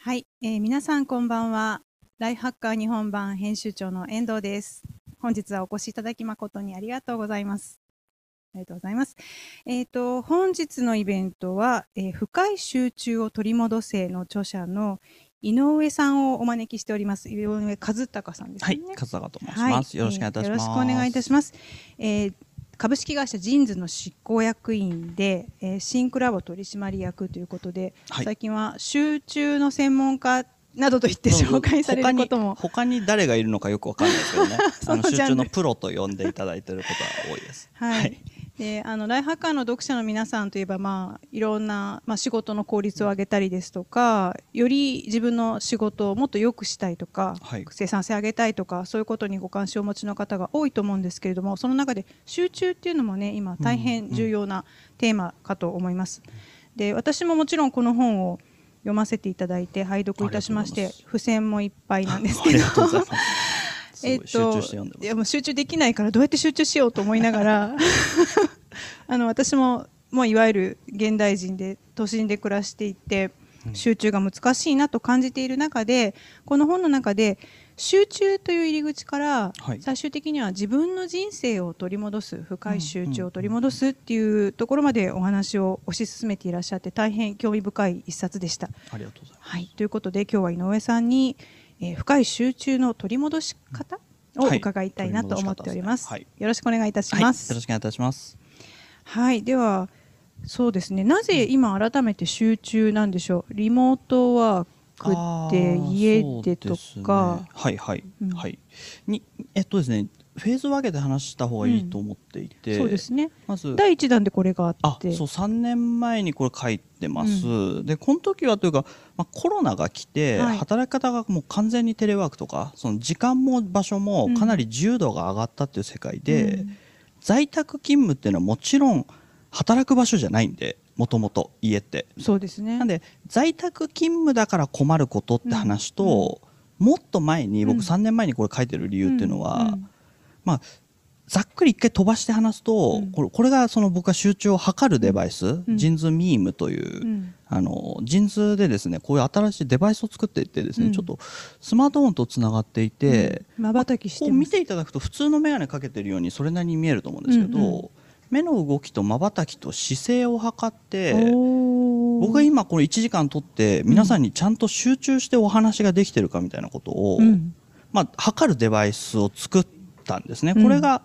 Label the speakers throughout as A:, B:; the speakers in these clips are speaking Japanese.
A: はい、えー、皆さんこんばんは。ライフハッカー日本版編集長の遠藤です。本日はお越しいただき誠にありがとうございます。ありがとうございます。えっ、ー、と、本日のイベントは、えー、深い集中を取り戻せの著者の井上さんをお招きしております。井上和孝さんです、ね、はい、
B: 和孝と申します、はい、よろしくお願いいたし
A: よろ
B: ます。
A: しくお願いいたします。えー株式会社ジーンズの執行役員で、えー、シンクラボ取締役ということで、はい、最近は集中の専門家などと言って紹介されることも
B: 他に誰がいるのかよくわかんないですけど ねあの集中のプロと呼んでいただいていることが多いです。
A: はい、はいであのライフハッカーの読者の皆さんといえば、まあ、いろんな、まあ、仕事の効率を上げたりですとかより自分の仕事をもっと良くしたいとか、はい、生産性上げたいとかそういうことにご関心をお持ちの方が多いと思うんですけれどもその中で集中っていうのもね今大変重要なテーマかと思います。うんうん、で私ももちろんこの本を読ませていただいて拝読いたしまして付箋もいっぱいなんですけど。 えっと、いやもう集中できないからどうやって集中しようと思いなが らあの私ももういわゆる現代人で都心で暮らしていて集中が難しいなと感じている中で、うん、この本の中で集中という入り口から、はい、最終的には自分の人生を取り戻す深い集中を取り戻すっていうところまでお話を推し進めていらっしゃって大変興味深い一冊でした。
B: ありがとうございます、
A: はい、ということで今日は井上さんにえー、深い集中の取り戻し方を伺いたいなと思っております。はいすねはい、よろしくお願いいたします、
B: はい、よろしくお願いいたします。
A: はい、ではそうですね。なぜ今改めて集中なんでしょう。リモートワークで家でとか、
B: ね、はいはい、うん、はい。にえっとですね。フェーズ分けて話した方がいいと思ってい
A: う
B: て、
A: ん、そうですね、まず第1弾でこれがあって
B: そう3年前にこれ書いてます、うん、でこの時はというか、まあ、コロナが来て、はい、働き方がもう完全にテレワークとかその時間も場所もかなり自由度が上がったっていう世界で、うん、在宅勤務っていうのはもちろん働く場所じゃないんでもともと家って
A: そうですね
B: なんで在宅勤務だから困ることって話と、もっと前に僕3年前にこれ書いてる理由っていうのは、まあ、ざっくり一回飛ばして話すと、うん、これこれがその僕が集中を図るデバイス、うん、ジーンズミームという、うん、あのジーンズでですねこういう新しいデバイスを作っていってですね、うん、ちょっとスマートフォンとつながっていて、
A: まばたきして
B: 見ていただくと普通の眼鏡かけてるようにそれなりに見えると思うんですけど、うんうん、目の動きとまばたきと姿勢を測って僕が今これ1時間とって皆さんにちゃんと集中してお話ができてるかみたいなことを、まあ、測るデバイスを作って。たんですね。これが、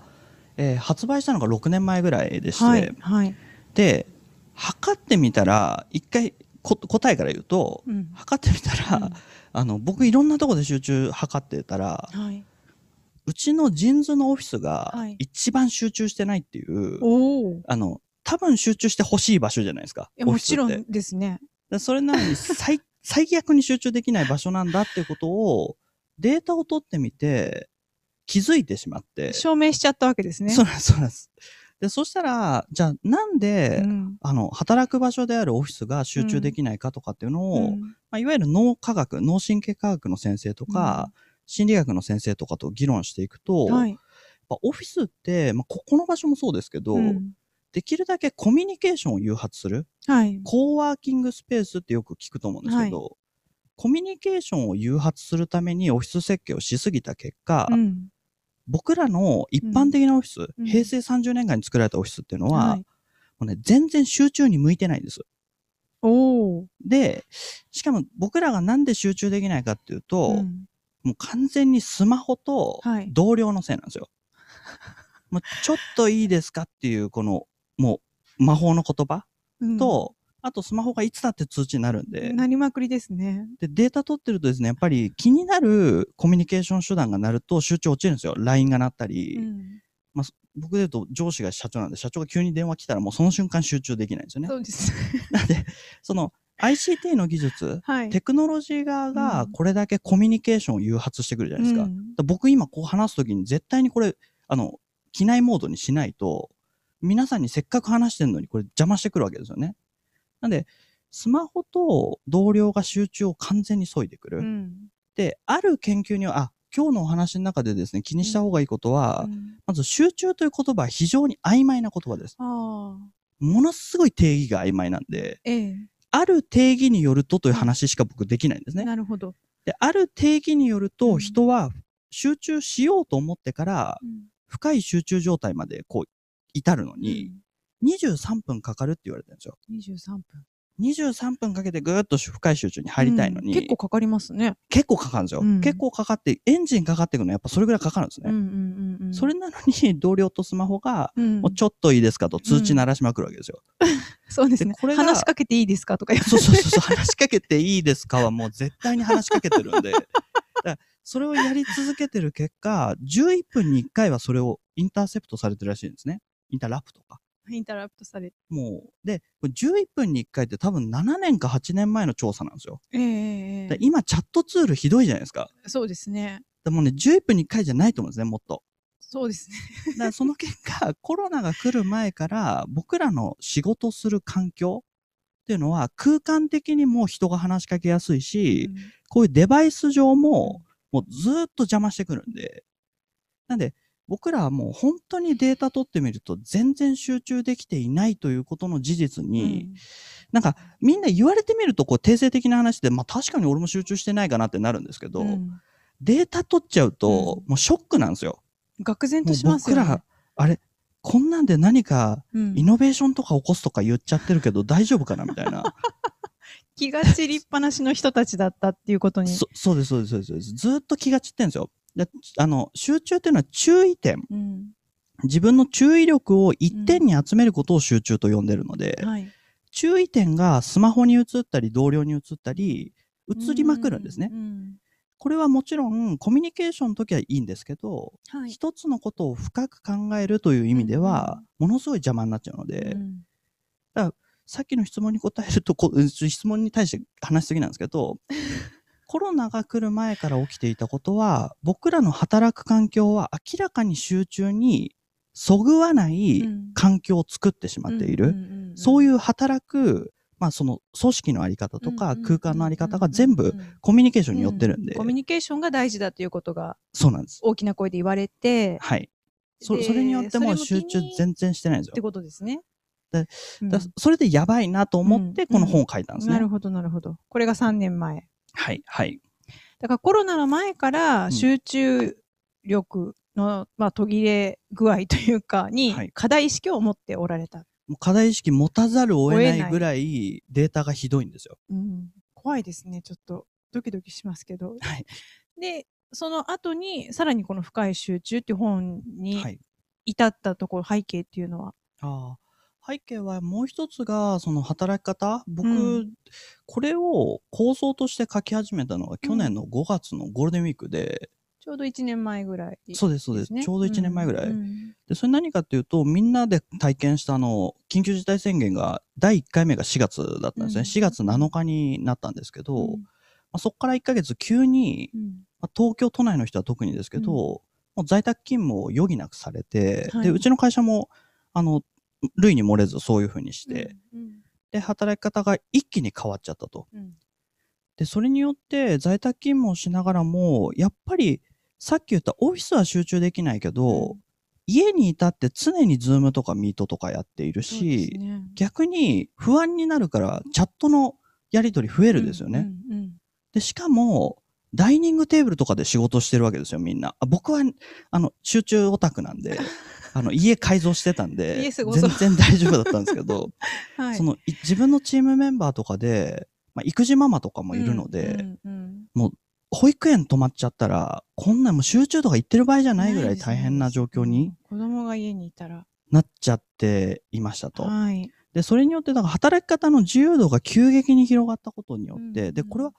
B: うん、えー、発売したのが6年前ぐらいでして、はいはい、で測ってみたら一回答えから言うと、うん、測ってみたら、うん、あの僕いろんなとこで集中測ってたら、はい、うちのジンズのオフィスが一番集中してないっていう、はい、あの多分集中してほしい場所じゃないですか。
A: もちろんですね。
B: それな のに最最悪に集中できない場所なんだっていうことをデータを取ってみて気づいてしまって。
A: 証明しちゃったわけですね。
B: そうなんです、そうなんです。で、そしたら、じゃあなんで、うん、あの、働く場所であるオフィスが集中できないかとかっていうのを、うん、まあ、いわゆる脳科学、脳神経科学の先生とか、うん、心理学の先生とかと議論していくと、はい、オフィスって、まあ、ここの場所もそうですけど、できるだけコミュニケーションを誘発する、はい、コーワーキングスペースってよく聞くと思うんですけど、はい、コミュニケーションを誘発するためにオフィス設計をしすぎた結果、僕らの一般的なオフィス、うん、平成30年間に作られたオフィスっていうのは、うんはい、もうね、全然集中に向いてないんです。
A: お
B: で、しかも僕らがなんで集中できないかっていうと、うん、もう完全にスマホと同僚のせいなんです よ。はい、ちょっといいですかっていう、この、もう魔法の言葉と、あとスマホがいつだって通知になるんで。
A: なりまくりですね。
B: で、データ取ってるとですね、やっぱり気になるコミュニケーション手段が鳴ると集中落ちるんですよ。LINE が鳴ったり。うん、まあ、僕で言うと上司が社長なんで、社長が急に電話来たらもうその瞬間集中できないんですよね。
A: そうです。
B: なんで、その ICT の技術、はい、テクノロジー側がこれだけコミュニケーションを誘発してくるじゃないですか。うん、か僕今こう話すときに絶対にこれ、あの、機内モードにしないと、皆さんにせっかく話してるのにこれ邪魔してくるわけですよね。なんで、スマホと同僚が集中を完全に削いでくる。うん、で、ある研究には、あ、今日のお話の中でですね、気にした方がいいことは、うん、まず集中という言葉は非常に曖昧な言葉です。ものすごい定義が曖昧なんで、
A: ええ、
B: ある定義によるとという話しか僕できないんですね。
A: なるほど。
B: で、ある定義による
A: う
B: と
A: ん
B: 人は集中しようと思ってから
A: うん
B: 深い集中状態までこう至るのに23分かかるって言われてるんですよ。
A: うん23分。
B: 23分かけてぐーっと深い集中に入りたいのに、
A: うん結構かかりますね。
B: 結構かかるんですよ、
A: うん
B: 結構かかって、エンジンかかっていくのやっぱそれぐらいかかるんです
A: う
B: ね。
A: んうんうんうん。
B: それなのに同僚とスマホが、
A: うん
B: もうちょっといいですかと通知鳴らしまくるわけですよ。
A: そうですね
B: で。これが
A: 話しかけていいですかとか言わ
B: そうそうそうそう、話しかけていいですかはもう絶対に話しかけてるん で。だからそれをやり続けてる結果、11分に1回はそれをインターセプトされてるらしいんですね。インタラプとか。
A: インタラプトされて。
B: もう、で、これ11分に1回って多分7年か8年前の調査なんですよ。
A: ええええ
B: だから今チャットツールひどいじゃないですか。
A: そうですね。
B: でもうね、11分に1回じゃないと思うんですね、もっと。
A: そうですね。
B: だからその結果、コロナが来る前から、僕らの仕事する環境っていうのは、空間的にも人が話しかけやすいし、こういうデバイス上も、もうずーっと邪魔してくるんで、なんで、僕らはもう本当にデータ取ってみると、全然集中できていないということの事実
A: うん
B: に、なんか、みんな言われてみると、こう、定性的な話で、まあ確かに俺も集中してないかなってなるんですけど、
A: うん
B: データ取っちゃうと、
A: うん
B: もうショックなんですよ。
A: 愕然
B: も
A: と
B: う
A: します
B: 僕
A: よね。
B: ら、あれ、こんなんで何か
A: うん
B: イノベーションとか起こすとか言っちゃってるけど大丈夫かなみたい な。
A: 気が散りっぱなしの人たちだったっていうことに。
B: そそうです、そうです、そうですそうです。ずーっと気が散ってんですよ。であの、集中っていうのは注意点。
A: うん
B: 自分の注意力を一点に集めることを集中と呼んでるので、
A: はい、
B: 注意点がスマホに移ったり、同僚に移ったり、移りまくるんですね
A: う。ん
B: これはもちろん、コミュニケーションの時はいいんですけど、
A: はい
B: 一つのことを深く考えるという意味では、ものすごい邪魔になっちゃうので、
A: うん
B: さっきの質問に答えるとこ、 うん質問に対して話しすぎなんですけ ど、コロナが来る前から起きていたことは、僕らの働く環境は明らかに集中にそぐわない
A: うん
B: 環境を作ってしまっている。そういう働く、まあその組織のあり方とか空間のあり方が全部コミュニケーションによってるんで、
A: コミュニケーションが大事だということが
B: そうなんです。
A: 大きな声で言われて、
B: はい。そ
A: で
B: それによってもう
A: それ
B: 集
A: も気
B: 中
A: に
B: 全然してないんです
A: って
B: よ。
A: ことですね。
B: だ
A: うん
B: だそれでやばいなと思って、この本を書いたんですね。
A: なるほど、なるほど。これが3年前。
B: はい、はい。
A: だからコロナの前から
B: ん
A: 集中力の、まあ、途切れ具合というかに
B: はい
A: 課題意識を持っておられた。
B: もう課題意識持たざるを得な
A: 追えないい
B: ぐらいデータがひどいんですよ。
A: うん、怖いですね。ちょっとドキドキしますけど。
B: はい
A: で、その後にさらにこの深い集中っていう本に
B: はい。
A: 至ったところ、背景っていうのは。
B: ああ背景はもう一つが、その働き方。僕、
A: うん
B: これを構想として書き始めたのが去年の5月のゴールデンウィークで、
A: ちょうど1年前ぐらいですね、
B: そうです、そうです。ちょうど1年前ぐら
A: う
B: い。
A: んうん
B: で、それ何かっていうと、みんなで体験したあの、緊急事態宣言が第1回目が4月だったんですね。
A: うん
B: 4月7日になったんですけど、
A: うん
B: まあ、そこから1ヶ月急に、
A: うん
B: まあ、東京都内の人は特にですけど、
A: うん
B: もう在宅勤務を余儀なくされて、
A: はい
B: でうちの会社もあの類に漏れずそういうふうにして、
A: うん
B: で働き方が一気に変わっちゃったと
A: うん
B: でそれによって在宅勤務をしながらもやっぱりさっき言ったオフィスは集中できないけ
A: う
B: ど、
A: ん
B: 家にいたって常にズームとかミートとかやっている
A: そうで
B: し、
A: すね
B: 逆に不安になるからチャットのやり取り増えるですよね、
A: うんうん
B: で、しかも、ダイニングテーブルとかで仕事してるわけですよ、みんな。あ僕は、あの、集中オタクなん で、あの、家改造してたんで、
A: 家す
B: 全
A: ごそう
B: 然大丈夫だったんですけど、
A: うん はい、
B: その、い自分のチームメンバーとかで、まあ、育児ママとかもいるので、
A: うんうんうん
B: 保育園泊まっちゃったら、こんなんもう集中とか行ってる場合じゃないぐらい大変な状況に
A: 子供が家にいたら。
B: なっちゃっていましたと。
A: はい。
B: で、それによって、だから働き方の自由度が急激に広がったことによって、
A: うんうん
B: で、これは、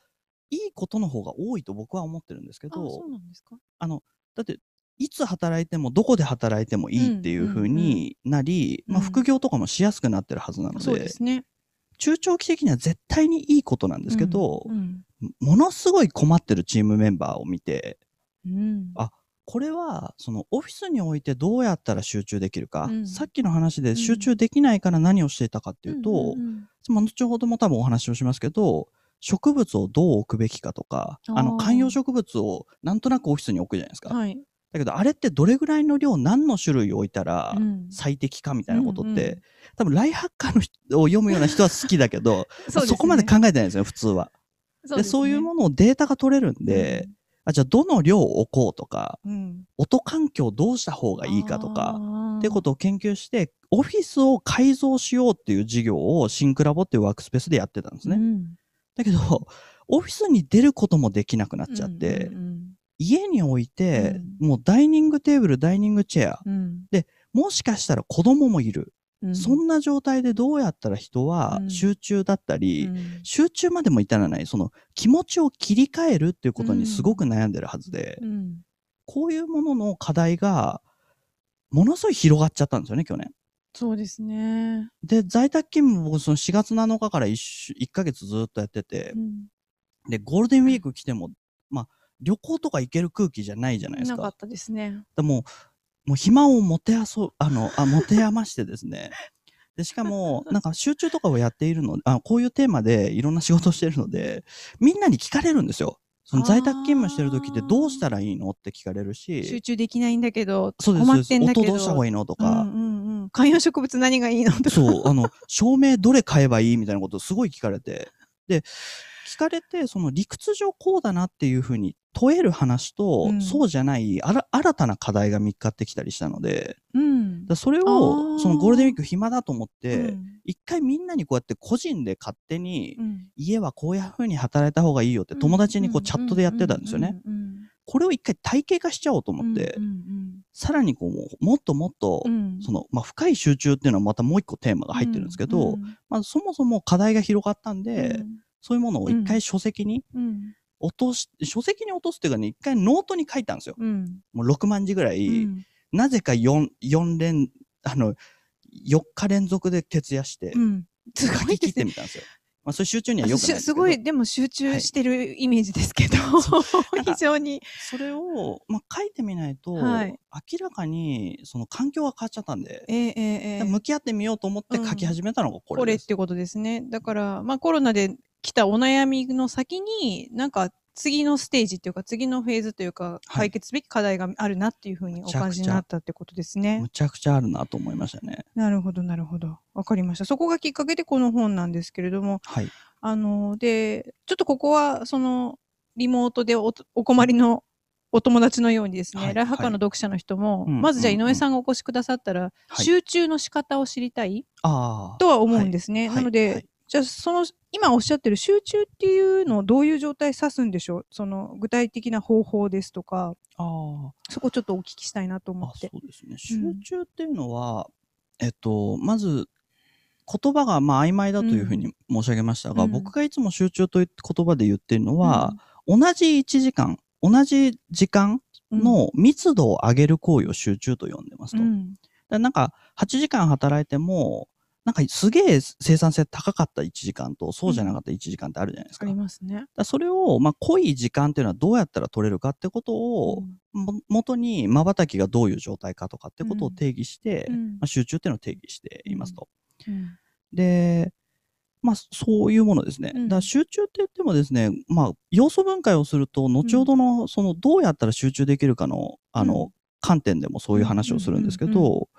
B: いいことの方が多いと僕は思ってるんですけ
A: あ、
B: ど、
A: そうなんですか。
B: あの、だって、いつ働いても、どこで働いてもいいっていう風になり、
A: うん
B: まあ、副業とかもしやすくなってるはずなので、
A: そうですね。
B: 中長期的には絶対にいいことなんですけど、
A: うん。
B: ものすごい困ってるチームメンバーを見て、
A: うん。
B: あこれは、そのオフィスにおいてどうやったら集中できるか、
A: うん
B: さっきの話で
A: ん
B: 集中できないから何をしていたかっていうと、
A: んんん
B: まあ後ほども多分お話をしますけど、植物をどう置くべきかとか、あ
A: あ
B: の、
A: ー
B: 観葉植物をなんとなくオフィスに置くじゃないですか。
A: はい。
B: だけどあれってどれぐらいの量何の種類置いたら最適かみたいなことって、うんうんうん、多分ライハッカーのを読むような人は好きだけど そ、ね,、こまで考えてないんですよ普通は。そう、ね、でそういうものをデータが取れるんで、うん、あじゃあどの量を置こうとか、うん、音環境どうした方がいいかとかってことを研究してオフィスを改造しようっていう事業をシンクラボっていうワークスペースでやってたんですね。うん、だけどオフィスに出ることもできなくなっちゃって、うんうんうん、家に置いて、もうダイニングテーブルダイニングチェア、でもしかしたら子供もいる。そんな状態でどうやったら人は集中だったり、うんうん、集中までも至らない、その気持ちを切り替えるっていうことにすごく悩んでるはずで、うん、こういうものの課題が、ものすごい広がっちゃったんですよね、去年。
A: そうですね。
B: で、在宅勤務、僕、その4月7日から 1, 1ヶ月ずっとやってて、で、ゴールデンウィーク来ても、まあ、旅行とか行ける空気じゃないじゃないですか。
A: なかったですね。
B: でももう暇を持てあそう、あの、あ、持て余してですね。で、しかも、なんか集中とかをやっているのあ、こういうテーマでいろんな仕事をしているので、みんなに聞かれるんですよ。その在宅勤務してる時ってどうしたらいいのって聞かれるし。
A: 集中できないんだけど、
B: そうです
A: 困ってんだけ
B: ど。音どうした方がいいのとか。うん
A: うんうん。観葉植物何がいいのとか。
B: そう、あの、照明どれ買えばいいみたいなことをすごい聞かれて。で、聞かれて、その理屈上こうだなっていうふうに問える話と、うん、そうじゃないあら新たな課題が見っかってきたりしたので、うん、だそれをそのゴールデンウィーク暇だと思って、うん、一回みんなにこうやって個人で勝手に、家はこういうふうに働いた方がいいよって友達にこうチャットでやってたんですよね。これを一回体系化しちゃおうと思って、うんうんうん、さらにこうもっともっと、うん、そのまあ、深い集中っていうのはまたもう一個テーマが入ってるんですけど、うんうん、まあ、そもそも課題が広がったんで、そういうものを一回書籍に、落とし、書籍に落とすっていうかね、一回ノートに書いたんですよ。うん、もう6万字ぐらい、うん、なぜか 4, 4連、あの、4日連続で徹夜して、うん、すごい、ね、書き切ってみたんですよ。まあ、そういう集中にはよくない
A: すごい、でも集中してるイメージですけど、はい、非常に。
B: それを、まあ、書いてみないと、はい、明らかに、その環境が変わっちゃったんで、えーえー、向き合ってみようと思って書き始めたのがこれ、うん、
A: これってことですね。だから、まあ、コロナで来たお悩みの先に、なんか次のステージというか、次のフェーズというか、解決すべき課題があるなっていうふうにお感じになったってことですね。
B: むちゃくちゃあるなと思いましたね。
A: なるほど、なるほど。わかりました。そこがきっかけでこの本なんですけれども、はい、あの、で、ちょっとここは、その、リモートでお困りのお友達のようにですね、はい、ライハカの読者の人も、はい、まずじゃあ井上さんがお越しくださったら、うんうんうん、集中の仕方を知りたい、はい、とは思うんですね。なので、じゃあその今おっしゃってる集中っていうのをどういう状態指すんでしょうその具体的な方法ですとかあそこちょっとお聞きしたいなと思って
B: そうですね集中っていうのは、うん、えっとまず言葉がまあ曖昧だというふうに申し上げましたが、うん、僕がいつも集中という言葉で言ってるのは、うん、同じ1時間同じ時間の密度を上げる行為を集中と呼んでますと。だなんか8時間働いてもなんかすげえ生産性高かった1時間とそうじゃなかった1時間ってあるじゃないですか。
A: うん、ありますね。
B: それを、まあ、濃い時間っていうのはどうやったら取れるかってことを、うん、もとに瞬きがどういう状態かとかってことを定義して、うん、まあ、集中っていうのを定義していますと。うん、で、まあ、そういうものですね。だから集中って言ってもですね、まあ、要素分解をすると、後ほどの、そのどうやったら集中できるかの、あの、観点でもそういう話をするんですけど、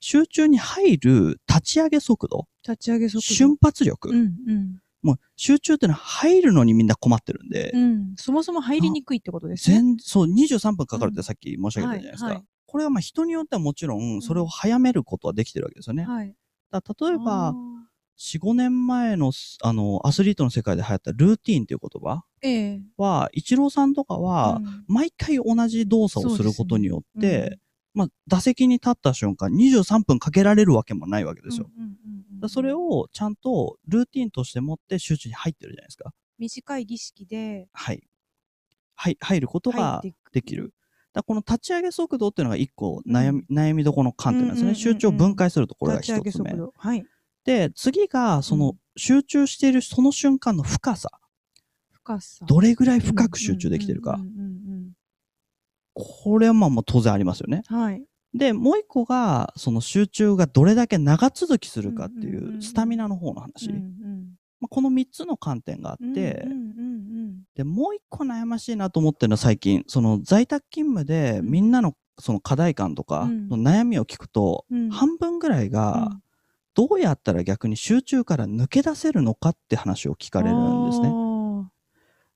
B: 集中に入る立ち上げ速度。
A: 立ち上げ速度。、
B: 瞬発力。うんうん、もう集中っていうのは入るのにみんな困ってるんで。うん
A: そもそも入りにくいってことですね。
B: 全そう、23分かかるってさっき申し上げたじゃないですか。うんはいはい、これはまあ人によってはもちろん、それを早めることはできてるわけですよね。うん、はい、だ例えば、4、5年前の、あの、アスリートの世界で流行ったルーティーンという言葉は、えー、イチローさんとかは、毎回同じ動作をすることによって、まあ、打席に立った瞬間、23分かけられるわけもないわけですよ。うんうんうんうん、それをちゃんとルーティンとして持って集中に入ってるじゃないですか。
A: 短い儀式で。
B: はい。はい、入ることができる。この立ち上げ速度っていうのが一個悩み、うん、悩みどころの観点なんですね、うんうんうんうん。集中を分解するところが一つ目。
A: はい。
B: で、次が、その、集中しているその瞬間の深さ。
A: 深さ。
B: どれぐらい深く集中できてるか。これはまあもう当然ありますよね。
A: はい。
B: で、もう一個が、その集中がどれだけ長続きするかっていうスタミナの方の話。うんうんうん、まあ、この三つの観点があって、うんうんうんうん、でもう一個悩ましいなと思ってるのは最近その在宅勤務でみんなのその課題感とか、
A: うん
B: その悩みを聞くと、
A: うん
B: 半分ぐらいが、
A: うん
B: どうやったら逆に集中から抜け出せるのかって話を聞かれるんですね。
A: ね。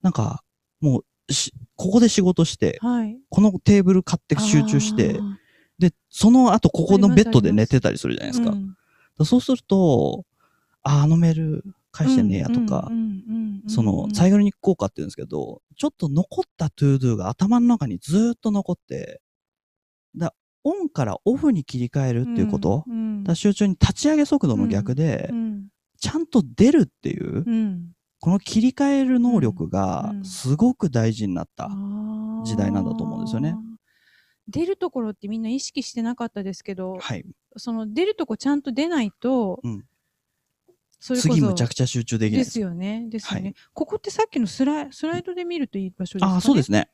B: なんかもうしここで仕事して
A: はい。
B: このテーブル買って集中して
A: あー
B: でその後ここの
A: あり
B: ベ
A: ます
B: ッドで
A: ありま
B: 寝
A: す
B: てたりするじゃないですか。
A: う
B: だか
A: ん
B: らそうするとああのメール返してねえやとか、
A: うんうんうんうん
B: そのサイクリング効果って言うんですけど、ちょっと残ったトゥードゥが頭の中にずーっと残って、だオンからオフに切り替えるっていうこと、
A: うんうん
B: だ集中に立ち上げ速度の逆で、
A: うん
B: ちゃんと出るっていう、
A: うん
B: この切り替える能力が
A: うん
B: すごく大事になった。時代なんだと思うんですよね。
A: あー出るところってみんな意識してなかったですけど、
B: はい。
A: その出るとこちゃんと出ないと、
B: うん
A: それこそ
B: 次むちゃくちゃ集中できな
A: で
B: いですす。
A: よね。ですよね、
B: はい
A: ここってさっきのスライスライドで見るといい場所ですかね。。
B: ああ、そうですすね。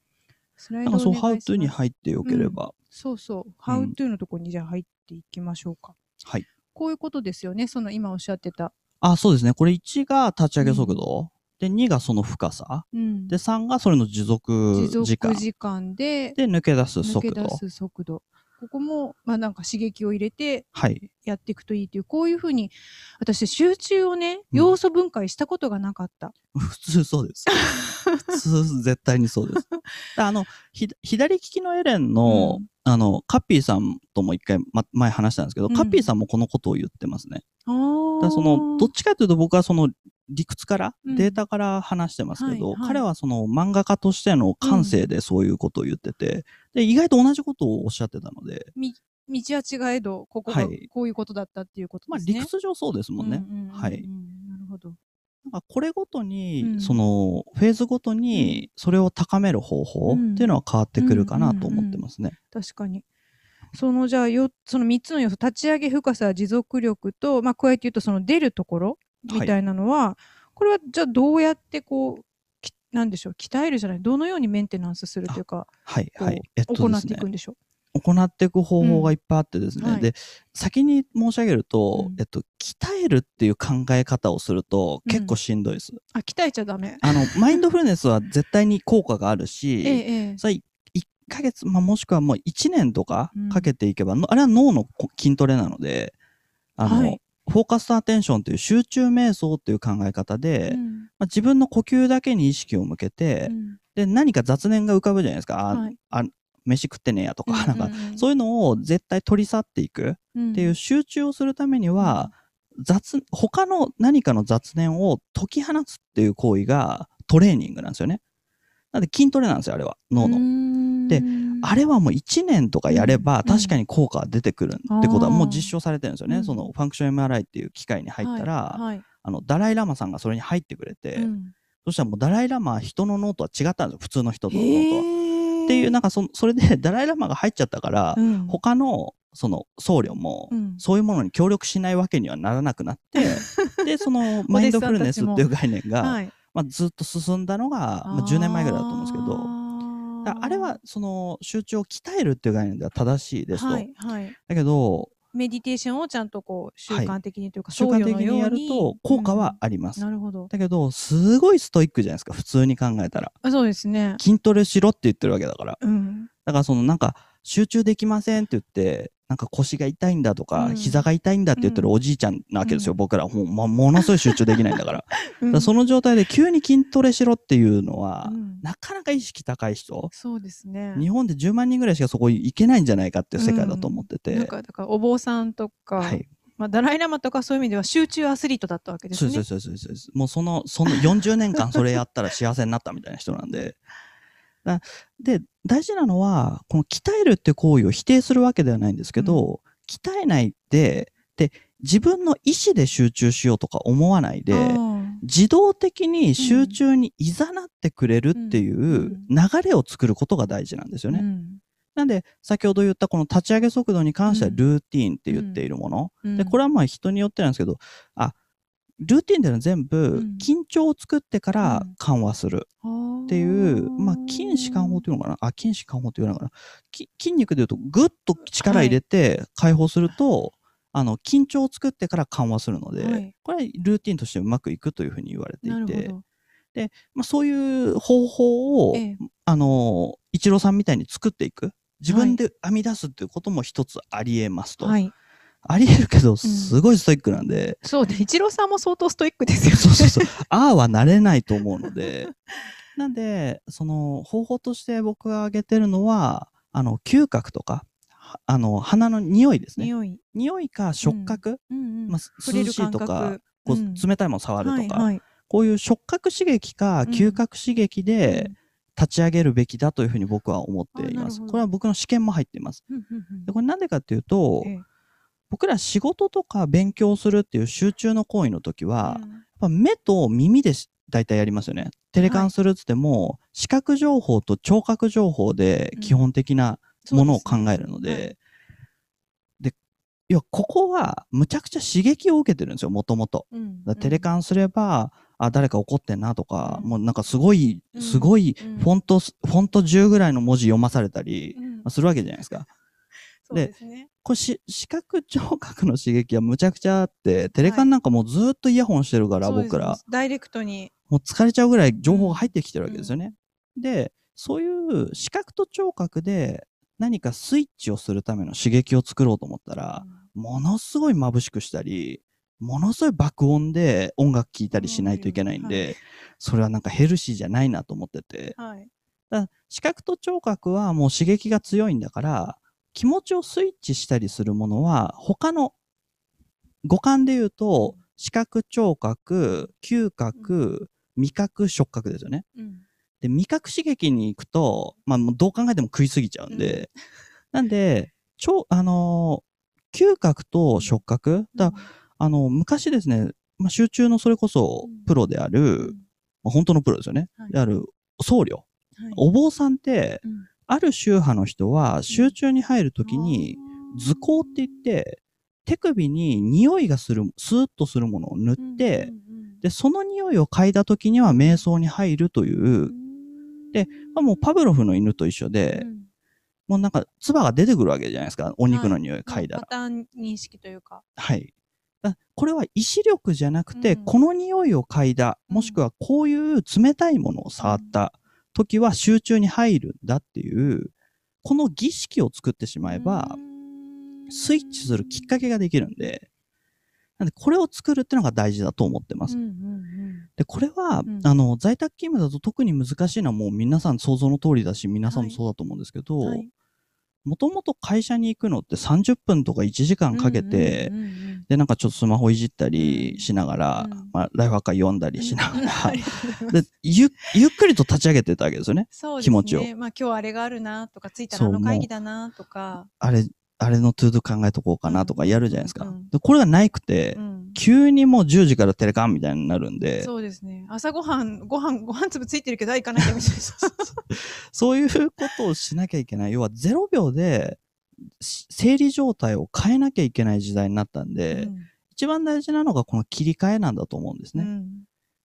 A: スライ
B: な
A: ド
B: んかそ
A: お
B: う、
A: 願いしま
B: ハウ
A: す
B: トゥーに入ってよければ。
A: そうそう。ハウトゥーのところにじゃあ入っていきましょうか。
B: はい。
A: こういうことですよね。その今おっしゃってた。
B: あそうですね。これ1が立ち上げ速度、で2がその深さ、
A: うん
B: で3がそれの持続
A: 持続
B: 時
A: 時
B: 間
A: 間。で
B: で抜け出す
A: 抜け
B: 速
A: 出
B: 度。
A: す速度。ここも、まあなんか刺激を入れて
B: はい。
A: やっていくといいという、こういうふうに、私集中をね、
B: うん
A: 要素分解したことがなかった。
B: 普通そうです。普通、絶対にそ うです。であの、ひ左利きのエレンの、
A: うん
B: あの、カッピーさんとも一回、ま、前話したんですけど、
A: うん
B: カッピーさんもこのことを言ってますね。
A: あー
B: だからその、どっちかというと僕はその理屈から、
A: うん
B: データから話してますけど、
A: はいはい
B: 彼はその漫画家としての感性でそういうことを言ってて、で、意外と同じことをおっしゃってたので、
A: 道は違えど、ここが
B: はい
A: こういうことだったっていうこと
B: まあ
A: ですね。
B: 理屈上そうですもんね。
A: うんうんうんうん
B: はい
A: なるほど。
B: なんかこれごとに、
A: うん
B: そのフェーズごとにそれを高める方法っていうのは変わってくるかなと思ってますね。
A: 確かに。そのじゃあよその3つの要素立ち上げ深さ持続力と、まあ、加えて言うとその出るところみ
B: はい
A: たいなのは、これはじゃあどうやってこうきなんでしょう鍛えるじゃないどのようにメンテナンスするというか
B: はい、
A: こう
B: はい。えっと
A: 行
B: で
A: っ
B: す
A: てい
B: ね
A: くんでしょう、
B: 行っていく方法がいっぱいあってですね、
A: うんはい
B: で先に申し上げると、
A: うん
B: えっと、鍛えるっていう考え方をすると
A: うん
B: 結構しんどいです、
A: あ鍛えちゃダメ
B: あのマインドフルネスは絶対に効果がある
A: え
B: し、
A: えええ
B: それ1ヶ月、まあ、もしくはもう1年とか
A: うん
B: かけていけば、のあれは脳のこ筋トレなのであの、
A: はい
B: フォーカスとアテンションという集中瞑想という考え方で、
A: うん
B: まあ、自分の呼吸だけに意識を向けて、
A: うん
B: で何か雑念が浮かぶじゃないですか、あ
A: はい
B: 飯食ってねえやとか、
A: う
B: なんか
A: ん
B: そういうのを絶対取り去っていくっ
A: うん
B: ていう集中をするためには、雑他の何かの雑念を解き放つっていう行為がトレーニングなんですよね。なんで筋トレなんですよあれは脳の。
A: の
B: であれはもう1年とかやれ
A: う
B: ば
A: ん
B: 確かに効果が出てくるってことは
A: あー
B: もう実証されてるんですよね。
A: うん
B: そのファンクション MRI っていう機械に入ったら、
A: はいはい
B: あのダライ・ラマさんがそれに入ってくれて、
A: うん
B: そしたらもうダライ・ラマは人の脳とは違ったんですよ普通の人との脳とは。
A: へ
B: っていう
A: な、
B: なんかそそれでダライ・ラマが入っちゃったから、
A: うん
B: 他のその僧侶も、
A: うん
B: そういうものに協力しないわけにはならなくな って、で、そのマインドフルネスっていう概念が、
A: はい、
B: まあ、ずっと進んだのが、まあ、10年前ぐらいだと思うんですけど、だから
A: ど
B: あれはその集中を鍛えるっていう概念では正しいですと。
A: はいはい、
B: だけど、
A: メディテーションをちゃんとこう習慣的にというか、
B: 習
A: 僧侶
B: 慣
A: の
B: 的にやる
A: よう
B: と
A: に
B: 効果はあります。
A: なるほど
B: だけど、すごいストイックじゃないですか、普通に考えたら。
A: あそうですね
B: 筋トレしろって言ってるわけだから。
A: うん
B: だからそのなんか集中できませんって言ってなんか腰が痛いんだとか、
A: うん
B: 膝が痛いんだって言ってるおじいちゃんなわけですよ、
A: うん
B: 僕らもう、ま、ものすごい集中できない んだからだか
A: うん
B: らその状態で急に筋トレしろっていうのは、
A: うん
B: なかなか意識高い人
A: そうですね
B: 日本で10万人ぐらいしかそこ行けないんじゃないかっていう世界だと思ってて、
A: なんかだからお坊さんとか、
B: はい、
A: まあ、ダライ・ラマとかそういう意味では集中アスリートだったわけです
B: そう
A: ね
B: ですそうですそうですそうですもうそのその40年間それやったら幸せになったみたいな人なんで。だで大事なのはこの鍛えるって行為を否定するわけではないんですけど、鍛えないでで自分の意思で集中しようとか思わないで
A: あ
B: 自動的に集中にいざなってくれるってい
A: んう
B: う流れを作ることが大事なんです
A: ー
B: よね。
A: うん
B: なんで先ほど言ったこの立ち上げ速度に関しては
A: うん
B: ルーティーンって言っているもの、
A: うん
B: でこれはまあ人によってなんですけどあルーティンでのは全部
A: ん
B: 緊張を作ってから
A: うん
B: 緩和するっていう、まあ筋弛緩法っていうのかなあ筋弛緩法っていうのかなき筋肉でいうとグッと力入れて解放すると、あの緊張を作ってから緩和するので、
A: はい
B: これはルーティンとしてうまくいくというふうに言われて
A: ないる
B: て
A: ほ
B: で、まあ、そういう方法を、
A: ええ
B: あの、一郎さんみたいに作っていく。自分で編み出すっていうことも一つありえますと。
A: はい。
B: ありえるけど、すごいストイックなんで、
A: そうね。一郎さんも相当ストイックですよね。
B: そうそうそう。ああはなれないと思うの で。なんで、その方法として僕が挙げてるのは、あの、嗅覚とか、はあの、鼻の匂いですね。
A: 匂い。
B: 匂いか触覚、
A: うんうん。
B: まあ、
A: 触れ
B: 涼
A: る
B: しい
A: 感
B: と
A: 覚。
B: か、こ
A: うん
B: う冷たいもの触るとか、
A: はいはい。
B: こういう触覚刺激か
A: うん
B: 嗅覚刺激で立ち上げるべきだというふうに僕は思っていま
A: あなる
B: す。
A: ほど
B: これは僕の試験も入っています。
A: うんうんうん
B: でこれなんでかっていうと、
A: ええ
B: 僕ら仕事とか勉強するっていう集中の行為の時は、
A: う
B: やっ
A: ん
B: ぱ目と耳でし大体やりますよね。テレカンするっつっても、視覚情報と聴覚情報で
A: うん
B: 基本的な
A: そう
B: ものを
A: ですね
B: 考えるので、
A: はい
B: で、いや、ここはむちゃくちゃ刺激を受けてるんですよ、もともと。
A: うん
B: だからテレカンすれば、あ、誰か怒ってんなとか、
A: うん
B: もうなんかすごい、
A: うん
B: すごい、
A: うん
B: フォントす、フォント10ぐらいの文字読まされたり
A: う、ん
B: するわけじゃないですか。
A: そうですね。
B: これし、視覚、聴覚の刺激はむちゃくちゃあって、テレカンなんかもうずっとイヤホンしてるから、
A: そうです
B: 僕ら、。
A: ダイレクトに。
B: もう疲れちゃうぐらい情報が入ってきてるわけですよね。で、そういう視覚と聴覚で何かスイッチをするための刺激を作ろうと思ったら、ものすごい眩しくしたり、ものすごい爆音で音楽聴いたりしないといけないんで、
A: うんはい
B: それはなんかヘルシーじゃないなと思ってて。
A: はい。
B: だから視覚と聴覚はもう刺激が強いんだから、気持ちをスイッチしたりするものは、他の五感で言うと、視覚、聴覚、嗅覚、味覚、触覚ですよね。
A: うん
B: で、味覚刺激に行くと、まあ、もうどう考えても食いすぎちゃうんで、なんで、超、あのー嗅覚と触覚、だあの、昔ですね、まあ、集中のそれこそ
A: うん
B: プロである、まあ、本当のプロですよね、
A: はい
B: である僧侶、お坊さんって、ある宗派の人は集中に入るときに、、図工って言って、手首に匂いがする、スーッとするものを塗って、で、その匂いを嗅いだときには瞑想に入るという、で、まあもうパブロフの犬と一緒で、もうなんか唾が出てくるわけじゃないですか、お肉の匂い嗅いだら
A: パ。ターン認識というか。
B: はい。だこれは意志力じゃなくて、
A: うん
B: この匂いを嗅いだ、もしくはこういう冷たいものを触った時は集中に入るんだっていう、この儀式を作ってしまえば、、スイッチするきっかけができるんで、なんでこれを作るってのが大事だと思ってます。で、これは、
A: うん
B: あの、在宅勤務だと特に難しいのはもう皆さん想像の通りだし、皆さんも
A: はい
B: そうだと思うんですけど、
A: を
B: もともと会社に行くのって30分とか1時間かけて、、で、なんかちょっとスマホいじったりしながら、
A: うん
B: まあ、ライフハッカー読んだりしながら、
A: で
B: でゆゆっくりと立ち上げてたわけですよね。
A: そうです
B: 気
A: ね
B: 持ちを
A: まあ今日あれがあるなとか、ついたらあ
B: そ
A: の
B: う
A: 会議だなとか。
B: あれ、あれのトゥードゥ考えとこうかなとかやるじゃないですか。
A: うん
B: でこれがないくて、
A: うん
B: 急にもう10時からテレカンみたいになるんで、そう
A: そうですね。朝ごはん、ご飯、ご飯粒ついてるけど、あ行かなきゃみたいな。
B: いうことをしなきゃいけない。要は0秒で、し生理状態を変えなきゃいけない時代になったんで、一番大事なのがこの切り替えなんだと思うんです
A: う
B: ね。
A: ん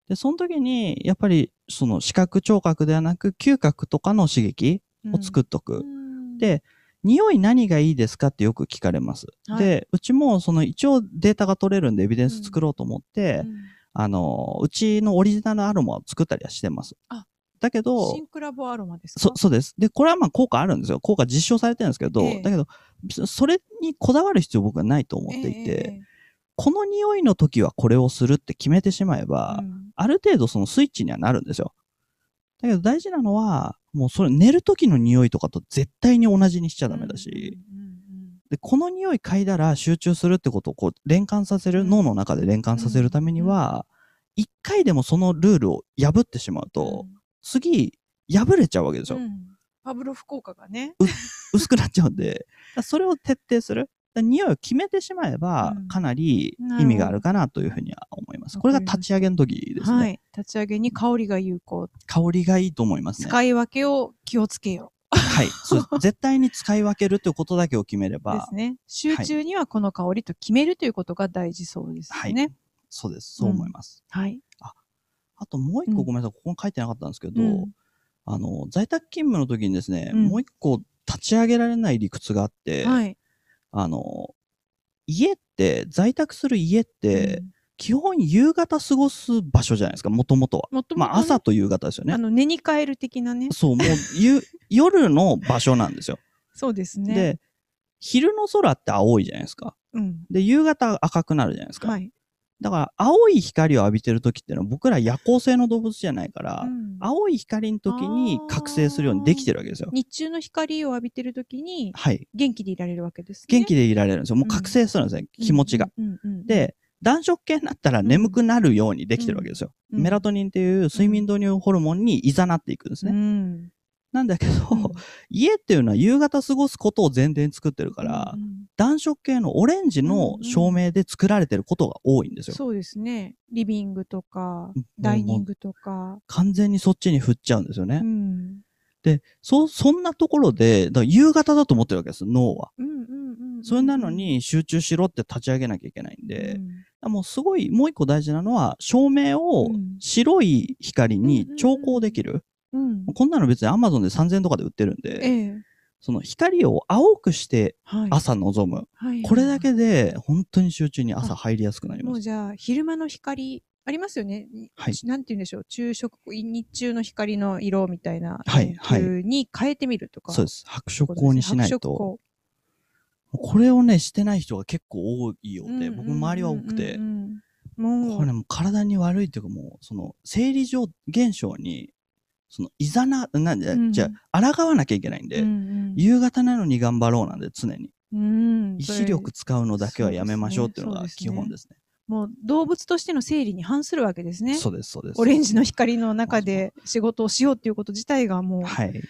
B: で、その時に、やっぱり、その視覚、聴覚ではなく、嗅覚とかの刺激を作っとく。
A: うん
B: で匂い何がいいですかってよく聞かれます。
A: はい
B: で、うちもその一応データが取れるんでエビデ
A: う
B: ン
A: ん
B: ス作ろうと思って、
A: うん
B: あの、うちのオリジナルアロマを作ったりはしてます。
A: あ
B: だけど
A: シ、ンクラボアロマですか
B: そ、そうです。で、これはまあ効果あるんですよ。効果実証されてるんですけど、
A: ええ
B: だけど、そそれにこだわる必要僕はないと思っていて、この匂いの時はこれをするって決めてしまえば、ある程度そのスイッチにはなるんですよ。だけど大事なのは、もうそれ寝る時の匂いとかと絶対に同じにしちゃダメだし、で、この匂い嗅いだら集中するってことをこう連関させる、
A: うん
B: 脳の中で連関させるためには、一、回でもそのルールを破ってしまうと、次、破れちゃうわけですよ。
A: パブロフ効果がね。
B: 薄くなっち ゃうんで、だからそれを徹底する。だから匂いを決めてしまえば
A: うん、
B: かなり意味があるかなというふうには思います。
A: なる
B: こ
A: ほ
B: れ
A: ど
B: が立ち上げの時ですね。
A: はい。立ち上げに香りが有効。
B: 香りがいいと思いますね。
A: 使い分けを気をつけよ
B: はい。そうです絶対に使い分けるということだけを決めれ
A: う。で
B: ば
A: す、ね。集中にはこの香りと決めるということが大事そうです
B: はい
A: ね。
B: そうです。そう思います。
A: はい。
B: あともう一
A: う
B: 個
A: ん
B: ごめんなさい、ここに書いてなかったんですけど、
A: うん
B: あの、在宅勤務の時にですね、
A: うん
B: もう一個立ち上げられない理屈があって、
A: はい。
B: あの、家って、在宅する家って、
A: うん
B: 基本夕方過ごす場所じゃないですかもともとは
A: 元々
B: ま
A: ね
B: あ朝と夕方ですよね
A: あの寝に帰る的なね
B: そうもうゆ 夜の場所なんですよ、
A: そうですね
B: で昼の空って青いじゃないですか
A: うん
B: で夕方赤くなるじゃないですか、
A: はい、
B: だから青い光を浴びてる時っていうのは僕ら夜行性の動物じゃないから、
A: うん
B: 青い光の時に覚醒するようにできてるわけですよ。
A: 日中の光を浴びてる時に
B: はい。
A: 元気でいられるわけですね
B: 元気でいられるんですよ。もう覚醒するんですね、気持ちが。
A: うんうんうん、
B: で、暖色系になったら眠くなるようにできてるわけですよ。
A: うん
B: メラトニンっていう睡眠導入ホルモンにいざなっていくんですね。
A: うん、
B: なんだけど、家っていうのは夕方過ごすことを前提に作ってる
A: か
B: から、暖色系のオレンジの照明で作られてることが多いんですよ。
A: そうですねリビングとか
B: うん
A: ダイニングとか、
B: 完全にそっちに振っちゃうんですよね。
A: うん、
B: で、そ、そんなところで、だから夕方だと思ってるわけです、脳は。
A: うんうんうんうん
B: それなのに集中しろって立ち上げなきゃいけないんで、
A: うん
B: もうすごい、もう一個大事なのは、照明を
A: うん
B: 白い光に調光できる。
A: うん
B: こんなの別に Amazon で3000とかで売ってるんで、
A: ええ
B: その光を青くして
A: はい
B: 朝望む。
A: はい
B: これだけで本当に集中に朝入りやすくなり
A: も
B: ま
A: う
B: す。
A: じゃあ昼間の光ありますよね、
B: はい
A: なんて言うんでしょう昼食日中の光の色みたいな
B: はいはい
A: 風に変えてみるとか
B: そう
A: う
B: です。白色光にしないと。これをね、してない人が結構多いようで、僕の周りは多くて。
A: もう
B: これねもう体に悪いっていうかもうその生理上現象にそのいざななんじゃ、
A: うん
B: じゃあ抗わなきゃいけないんで、
A: うんうん
B: 夕方なのに頑張ろうなんで常に
A: うん
B: 意
A: それ
B: 志力使うのだけはやめましょうっていうの
A: そう
B: が
A: ですね
B: 基本ですね。
A: もう動物としての生理に反するわけですね
B: そうですそうです。
A: オレンジの光の中で仕事をしようっていうこと自体がもう、
B: はい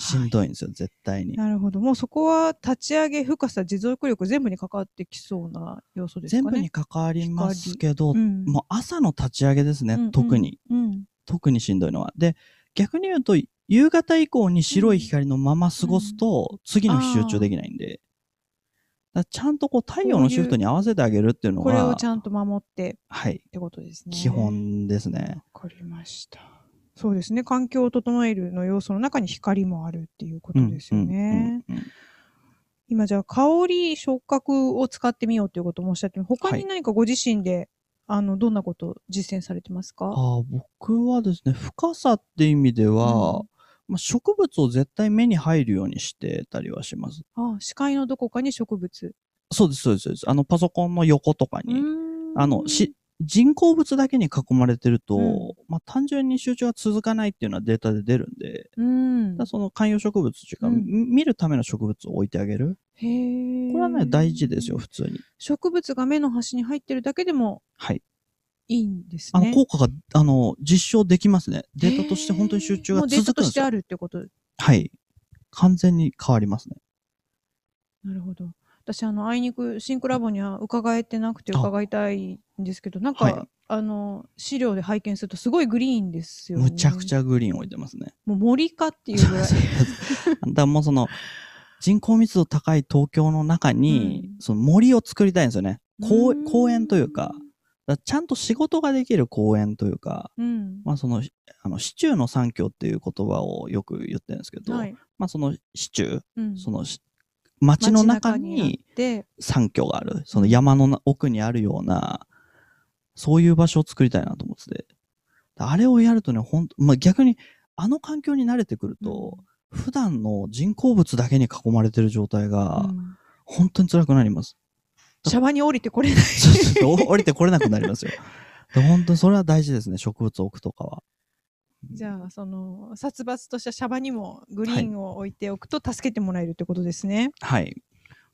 B: しんどいんですよ絶対に。
A: なるほどもうそこは立ち上げ深さ持続力全部に関わってきそうな要素です
B: 全
A: か
B: 部に
A: ね
B: 関わりますけど、
A: うん
B: もう朝の立ち上げですね、
A: うんうん
B: 特に
A: うん
B: 特にしんどいのは。で逆に言うと夕方以降に白い光のまま過ごすと、次の日集中できないんで。だからちゃんとこう太陽のシフトに合わせてあげるっていうの
A: これを
B: が
A: ち、ゃんと守って
B: はい、
A: ってことですね
B: 基本ですね
A: わ。かりましたそうですね環境を整えるの要素の中に光もあるっていうことですよね、
B: うんうんうん
A: 今じゃあ香り触覚を使ってみようということもおっしゃって他に何かご自身で、あのどんなことを実践されてますか
B: ああ僕はですね、深さって意味では、
A: うん
B: まあ、植物を絶対目に入るようにしてたりはします。
A: あ視界のどこかに植物
B: そうです、そうです、そうです。あの、パソコンの横とかに、あの、し、人工物だけに囲まれてると、
A: うん
B: まあ、単純に集中が続かないっていうのはデータで出るんで、
A: うん
B: だからその観葉植物っていうか、
A: うん
B: み見るための植物を置いてあげる。
A: へー
B: これはね、大事ですよ、普通に。
A: 植物が目の端に入ってるだけでも
B: はい。
A: いいんです
B: あ
A: ね
B: の、効果が、あの、実証できますね。データとして本当に集中が
A: へーもうデータ
B: 続く
A: と
B: ん
A: し
B: です
A: て
B: よ
A: あ。るってこと
B: はい。完全に変わりますね。
A: なるほど。私、あの、あいにくシンクラボには伺えてなくて
B: あ
A: 伺いたいんですけど、なんか、
B: はい
A: あの、資料で拝見するとすごいグリーンですよね。
B: むちゃくち
A: ゃ。
B: ゃグリーン置いてますね。
A: もう森かっていうぐらい。
B: だからもうその、人口密度高い東京の中に、
A: う
B: その森を作りたいんですよね。 公
A: うん
B: 公園というか、だからちゃんと仕事ができる公園というか、
A: うん。
B: まあその、あの、市中の産業っていう言葉をよく言ってるんですけど、
A: はい。
B: まあその市中、
A: うん
B: そのし町の中
A: 街
B: に
A: あって、
B: 山居がある、その山のな奥にあるような、そういう場所を作りたいなと思ってて。あれをやるとね、ほんと、まあ、逆に、あの環境に慣れてくると、普段の人工物だけに囲まれてる状態
A: う
B: が、
A: ん
B: 本当に辛くなります。
A: シャバに降りてこれない。
B: そうすると降りてこれなくなりますよ。で本当にそれは大事ですね、植物を置くとかは。
A: じゃあ、その、殺伐としたシャバにもグリーンを置いておくと助けてもらえるってことですね。
B: はい。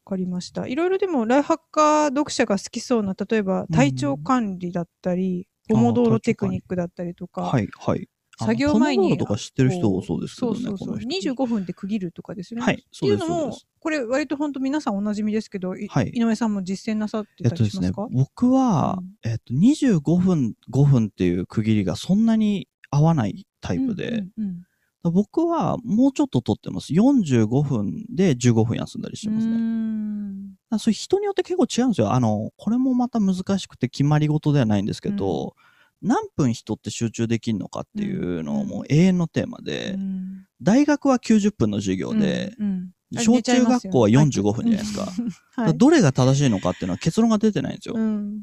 A: わかりました。いろいろでも、ライフハッカー読者が好きそうな、例えば体調管理だったり、
B: う
A: ポ
B: ん
A: モドーロテクニックだったりとか、
B: はい、はい。あの
A: 作業前に
B: この道路とか知ってる人
A: こ
B: 多
A: う
B: そうですけ
A: そ
B: ど
A: う
B: ね、
A: そうそ
B: こ
A: う
B: の人。
A: 25分で区切るとかですよね。
B: は
A: っ
B: い、
A: て
B: そう
A: い
B: で
A: うの
B: す。そうで
A: も
B: す。
A: これ割と本当皆さんおなじみですけど、い
B: はい
A: 井上さんも実践なさって
B: えったと
A: り
B: で
A: し
B: す
A: ま
B: ね
A: す、か、
B: 僕は、えっと、25分、5分っていう区切りがそんなに合わないタイプで、
A: うんうんうん
B: 僕はもうちょっと取ってます。45分で15分休んだりしてますね。
A: うー
B: だか
A: ん
B: らそれ人によって結構違うんですよ。あの、これもまた難しくて決まり事ではないんですけど、何分人って集中できるのかっていうのをもう永遠のテーマで、
A: うん
B: 大学は90分の授業で、
A: うんうん
B: 小中学校は45分じゃないですか。だか
A: は
B: ら
A: い
B: どれが正しいのかっていうのは結論が出てないんですよ。
A: うん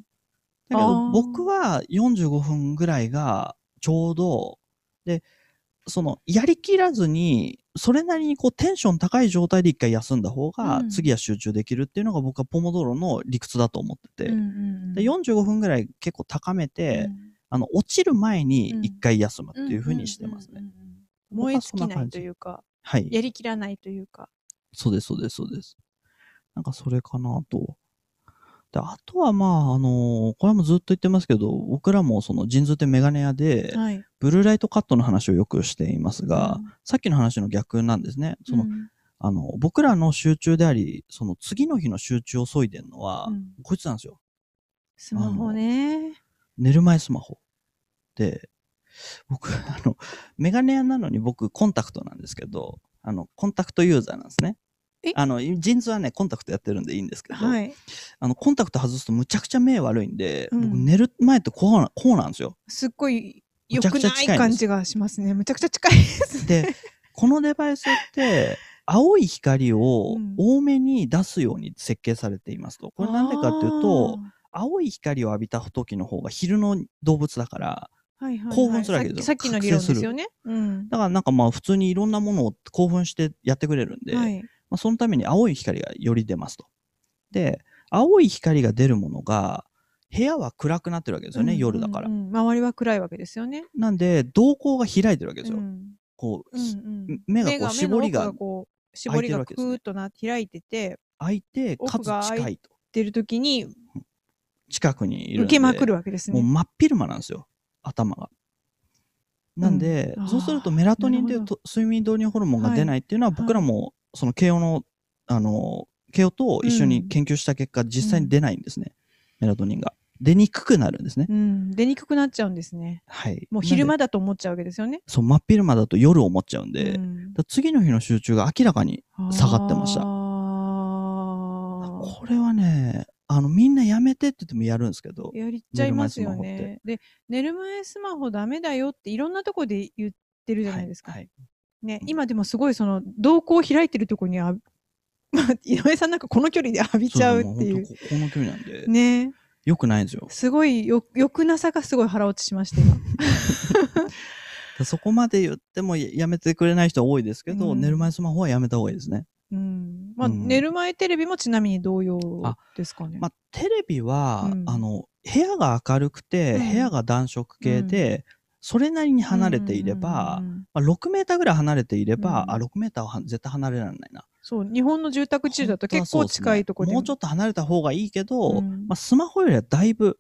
B: だけど僕は45分ぐらいがちょうど、で、その、やりきらずに、それなりにこうテンション高い状態で一回休んだ方が、次は集中できるっていうのが僕はポモドーロの理屈だと思ってて、うんうん、で45分ぐらい結構高めて、うん、あの、落ちる前に一回休むっていうふうにしてますね。
A: 燃え尽きないというか、
B: はい。
A: やりきらないというか。
B: そうです、そうです、そうです。なんかそれかなと。で、あとはまあ、あのー、これもずっと言ってますけど、僕らもその神通ってメガネ屋で、はい、ブルーライトカットの話をよくしていますが、うん、さっきの話の逆なんですね。その、うん、あの、僕らの集中であり、その次の日の集中を削いでるのは、うん、こいつなんですよ。
A: スマホね。
B: 寝る前スマホ。で、僕、あの、メガネ屋なのに僕、コンタクトなんですけど、あの、コンタクトユーザーなんですね。あの、ジーンズはね、コンタクトやってるんでいいんですけど、はい、あの、コンタクト外すとむちゃくちゃ目悪いんで、うん、僕寝る前ってこうな、こうなんですよ。
A: すっごい良くない感じがしますね。むちゃくちゃ近いです
B: ね。で、このデバイスって、青い光を多めに出すように設計されていますと。うん 、これなんでかっていうと、青い光を浴びた時の方が昼の動物だから、はいはいはい、興奮するわけです
A: よ。さっきの理論ですよね。
B: うん、だからなんかまあ普通にいろんなものを興奮してやってくれるんで、はいまあ、そのために青い光がより出ますと。で、青い光が出るものが、部屋は暗くなってるわけですよね、うんうんうん、夜だから。
A: 周りは暗いわけですよね。
B: なんで、瞳孔が開いてるわけですよ。うん、こう、うんうん、目がこう絞りが
A: こう、絞りがクーッとな開いてて、
B: 開いて、かつ近いと。
A: 出るときに、
B: 近くにいる
A: 受けまくるわけですね。
B: もう真っ昼間なんですよ、頭が。なんで、うん、そうするとメラトニンという睡眠導入ホルモンが出ないっていうのは、はい、僕らもその慶応の、あの、慶応と一緒に研究した結果、うん、実際に出ないんですね、うん。メラトニンが。出にくくなるんですね、
A: うん。出にくくなっちゃうんですね。
B: はい。
A: もう昼間だと思っちゃうわけですよね。
B: そう、真っ昼間だと夜思っちゃうんで、次の日の集中が明らかに下がってました。これはね、あの、みんなやめてって言ってもやるんですけど。
A: やりちゃいますよね。で、寝る前スマホダメだよっていろんなとこで言ってるじゃないですか。はいはいね、今でもすごいその瞳孔を開いてるとこにあ、 まあ、井上さんなんかこの距離で浴びちゃうっていう
B: ここの距離なんで
A: ね
B: よくないんですよ
A: すごいよよくなさがすごい腹落ちしました今
B: そこまで言ってもやめてくれない人多いですけど、うん、寝る前スマホはやめた方がいいですね
A: うん、まあ、うん、寝る前テレビもちなみに同様ですかね。
B: まあ、テレビは、うん、あの部屋が明るくて、部屋が暖色系で、それなりに離れていれば、うんうんうん、まあ、6メーターぐらい離れていれば、うん、あ、6メーターは絶対離れられないな。
A: そう、日本の住宅地だと結構近いところで、
B: ね、もうちょっと離れた方がいいけど、うん、まあ、スマホよりはだいぶ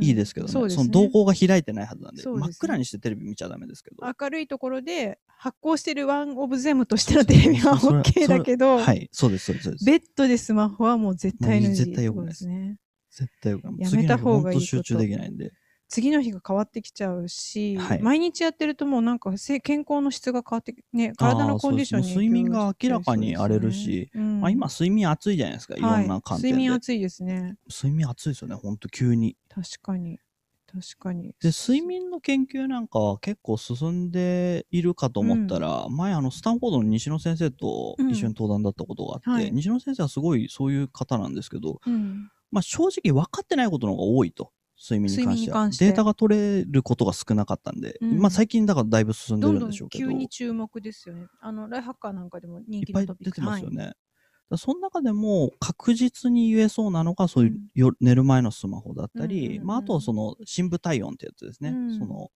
B: いいですけどね。うんうんうんうん、その動向が開いてないはずなんで、でね、真っ暗にしてテレビ見ちゃダメですけど。
A: 明るいところで発光してるワンオブゼムとしてのテレビは OK だけど、
B: はい、そうです、そうです。
A: ベッドでスマホはもう絶対 NG
B: 絶対よくないです。ね、絶対よくない。やめた方がいい。集中できないんで。
A: 次の日が変わってきちゃうし、はい、毎日やってるともうなんか健康の質が変わってね体のコンディションに、ね、
B: 睡眠が明らかに荒れるし、うん、まあ、今睡眠暑いじゃないですか、はい、いろんな観
A: で
B: 点
A: 睡眠暑いですね
B: 睡眠暑いですよね本当急に
A: 確かに確かに
B: で睡眠の研究なんかは結構進んでいるかと思ったら、うん、前あのスタンフォードの西野先生と一緒に登壇だったことがあって、うんはい、西野先生はすごいそういう方なんですけど、まあ、正直分かってないことの方が多いと。睡眠に関してはデータが取れることが少なかったんで、うん、まあ最近だからだいぶ進んでるんでしょうけど
A: 急に注目ですよねあのライハッカーなんかでも人気
B: のトピックいっぱい出てますよね、はい、その中でも確実に言えそうなのがそういうよ、うん、寝る前のスマホだったり、うんうんうん、まあ、あとはその深部体温ってやつですね、うん、その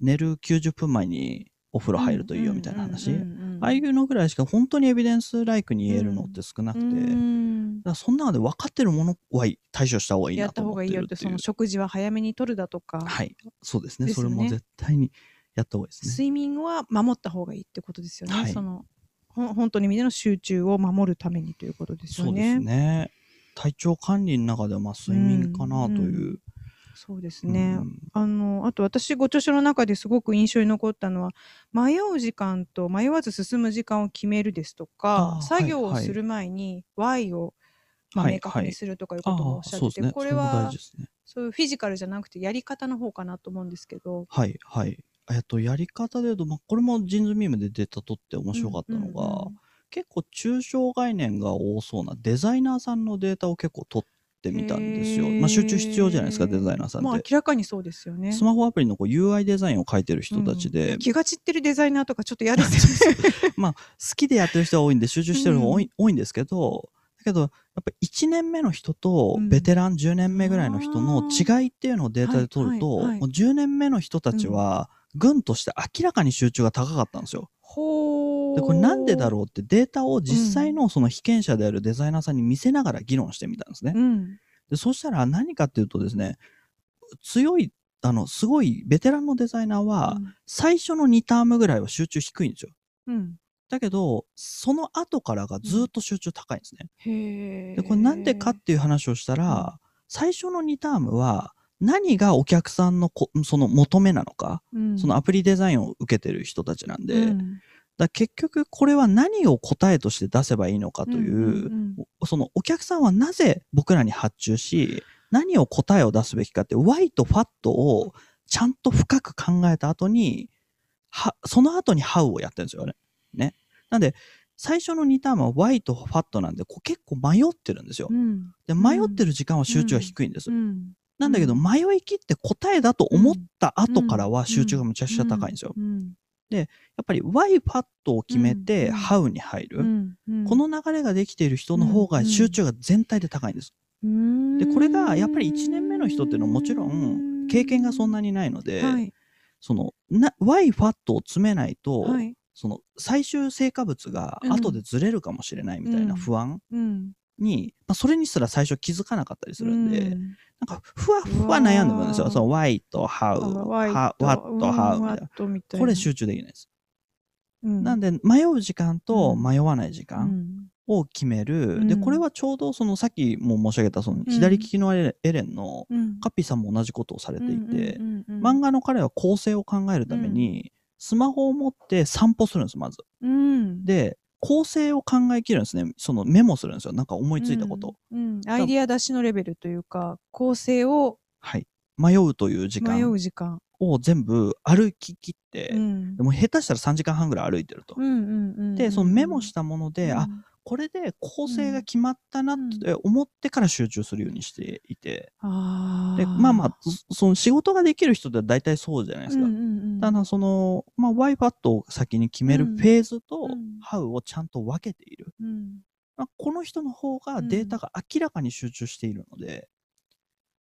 B: 寝る90分前にお風呂入るといいよみたいな話、うんうんうんうん、ああいうのぐらいしか本当にエビデンスライクに言えるのって少なくて、うん、だそんなので分かってるものは対処した方がいいなと思ってるって
A: やった方がいいよってその食事は早めにとるだとか
B: はいそうですね、ね、それも絶対にやった方がいいですね
A: 睡眠は守った方がいいってことですよね、はい、そのほ本当にみんなの集中を守るためにということですよね
B: そうですね体調管理の中ではまあ睡眠かなという、うんうん
A: そうですね、うん、あのあと私ご著書の中ですごく印象に残ったのは迷う時間と迷わず進む時間を決めるですとか作業をする前に Y を、まあ、明確にするとかいうこともおっしゃってて、はいはい、これはそういうフィジカルじゃなくてやり方の方かなと思うんですけど。
B: はいはいえっと、やり方でいうと、まあ、これもジンズミームでデータ取って面白かったのが、うんうんうん、結構抽象概念が多そうなデザイナーさんのデータを結構取ってってみたんですよ。まあ、集中必要じゃないですか、デザイナーさんって。
A: まあ、明らかにそうですよね。
B: スマホアプリのこう UI デザインを書いてる人たちで、
A: うん気が散ってるデザイナーとかちょっと嫌 ですよね。
B: まあ、好きでやってる人は多いんで、集中してるのが多い,、多いんですけど、だけど、やっぱ1年目の人と
A: うん
B: ベテラン10年目ぐらいの人の違いっていうのをデータで取る
A: はい
B: と、
A: はいはい
B: もう10年目の人たちは、軍として明らかに集中が高かったんですよ。
A: ほ
B: で、これなんでだ
A: う。
B: ろうってデータを実際のその被験者であるデザイナーさんに見せながら議論してみたんですね。
A: うん。
B: で、そしたら何かっていうとですね、強い、あの、すごいベテランのデザイナーは、最初の2タームぐらいは集中低いんですよ。
A: うん。
B: だけど、その後からがずっと集中高いんですね。
A: へえ。
B: で、これなんでかっていう話をしたら、最初の2タームは、何がお客さんのこその求めなのか、
A: うん、
B: そのアプリデザインを受けてる人たちなんで、
A: う
B: だか
A: ん
B: ら結局これは何を答えとして出せばいいのかという、
A: うん
B: そのお客さんはなぜ僕らに発注し、何を答えを出すべきかって、Y と Fat をちゃんと深く考えた後に、は、その後に How をやってるんですよね。ね。なんで、最初の2ターンは Y と Fat なんで、こう結構迷ってるんですよ
A: う。ん
B: で、迷ってる時間は集中が低いんです。
A: うん
B: なんだけど、
A: うん
B: 迷い切って答えだと思った後からは集中がむちゃくちゃ高いんですよ。
A: うん
B: やっぱり Y、Fat を決めて
A: うん
B: How に入
A: う
B: る。
A: んうん
B: この流れができている人の方
A: う
B: が
A: ん
B: 集中が全体で高いんです。
A: うん
B: でこれがやっぱり1年目の人っていうのはもちろん経験がそんなにないので、
A: はい
B: そのな Y ファットを詰めないと、
A: はい
B: その最終成果物が
A: うん
B: 後でずれるかもしれないみたいな不安
A: うん
B: に、まあ、それにすら最初気づかなかったりするんで、
A: う
B: なんかふわふわ悩んでもんです
A: うわー
B: よその Y と How
A: あ
B: How-
A: ワ
B: What
A: イトうん
B: How みた
A: ワ
B: いな
A: ットみたいな
B: これ集中できないです、
A: うん
B: なんで迷う時間と
A: うん
B: 迷わない時
A: う
B: 間
A: ん
B: を決める、
A: うん
B: でこれはちょうどそのさっきも申し上げたその
A: うん
B: 左利きのエレエレンの、
A: うん
B: カッピーさんも同じことをされていて、
A: うんうんうん
B: 漫画の彼は構成を考えるために、スマホを持って散歩するんです、まず。
A: うん
B: で、構成を考えきるんですね。そのメモするんですよ。なんか思いついたこと。
A: うんうんアイディア出しのレベルというか構成を
B: はい。迷うという時
A: 迷
B: 間
A: う時間
B: を全部歩き切って、
A: うん
B: でも下手したら3時間半ぐらい歩いてると。
A: うんうんうんうん
B: で、そのメモしたもので、
A: うん
B: あ、これで構成が決まったなって思ってから集中するようにしていて、
A: あ
B: で、まあまあ、そその仕事ができる人って大体そうじゃない
A: あ
B: ですか。ただその、まあ、YPAD を先に決める
A: うん
B: フェーズ
A: う
B: と
A: ん
B: How をちゃんと分けている、まあ、この人の方がデータが明らかに集中しているので、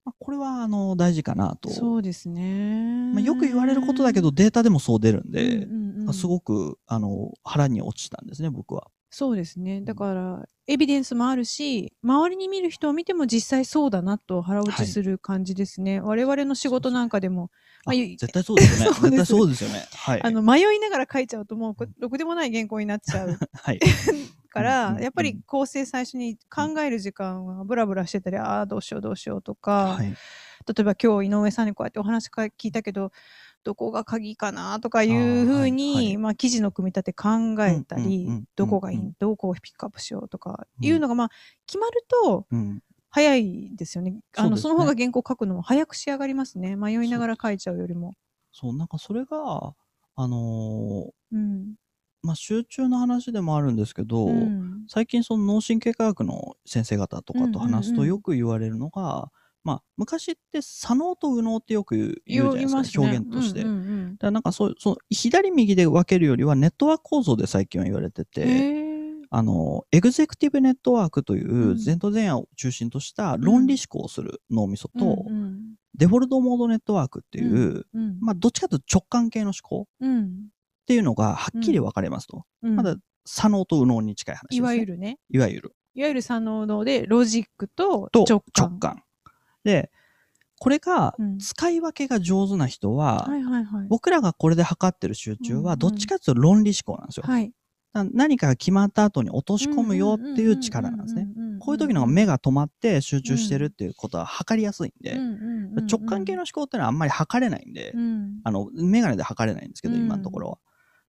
B: まあ、これはあの大事かなと、
A: そうですね、
B: まあ、よく言われることだけどデータでもそう出るん
A: うん
B: で、
A: うんう
B: まあ
A: ん
B: すごくあの腹に落ちたんですね僕は。
A: そうですねだからエビデンスもあるし周りに見る人を見ても実際そうだなと腹落
B: は
A: ち
B: い
A: する感じですね、我々の仕事なんかでもま
B: あ
A: あい
B: 絶対そうですよね
A: そうです
B: 絶対そうですよね。はい、
A: あの迷いながら書いちゃうともうころくでもない原稿になっちゃう
B: はい、
A: から、
B: うんうん
A: やっぱり構成最初に考える時間はブラブラしてたり、ああどうしようどうしようとか、
B: はい
A: 例えば今日井上さんにこうやってお話か聞いたけどどこが鍵かなとかいうふうに
B: あーはいはい
A: まあ、記事の組み立て考えたり、
B: うんうんうんうん
A: どこがいいどこをピックアップしようとかいうのが、まあ、決まると
B: うん
A: 早いですよねあ
B: そう
A: の
B: です
A: そ
B: ね
A: の方が原稿書くのも早く仕上がりますね迷いながら書いちゃうよりも。
B: そうなんかそれがあの
A: う
B: ー
A: ん
B: まあ、集中の話でもあるんですけど、
A: うん
B: 最近その脳神経科学の先生方とかと話す
A: うんうんう
B: と
A: ん
B: よく言われるのが、まあ、昔って左脳と右脳ってよく言う言うじゃないですか、
A: ね
B: 表現として。
A: う
B: だか
A: ん
B: らなんかそうその左右で分けるよりはネットワーク構造で最近は言われて
A: うんうん
B: てあのエグゼクティブネットワークとい
A: うん
B: う前頭前野を中心とした論理思考をする脳みそと、
A: うんうん
B: デフォルトモードネットワークっていう、
A: うん
B: まあ、どっちかというと直感系の思考
A: うん
B: っていうのがはっきり分かれますと、
A: うん
B: まだ左脳と右脳に近い話です、ね、
A: いわゆるね
B: いわゆる
A: いわゆる左脳のでロジックと
B: と
A: 直
B: 直
A: 感。
B: 感。で、これが
A: うん
B: 使い分けが上手な人は、
A: はいはいはい。
B: 僕らがこれで測ってる集中
A: うんう
B: は、
A: ん
B: どっちかというと論理思考なんですよ。
A: はい。
B: な何かが決まった後に落とし込むよっていう力なんですね。
A: んんんんんん。
B: こういう時の方が目が止まって集中してるっていうことは測りやすいんで、直感系の
A: 人
B: 思考ってのはあんまり測れないんで、
A: うん
B: あの、メガネで測れないんですけど、
A: うん
B: 今のところは。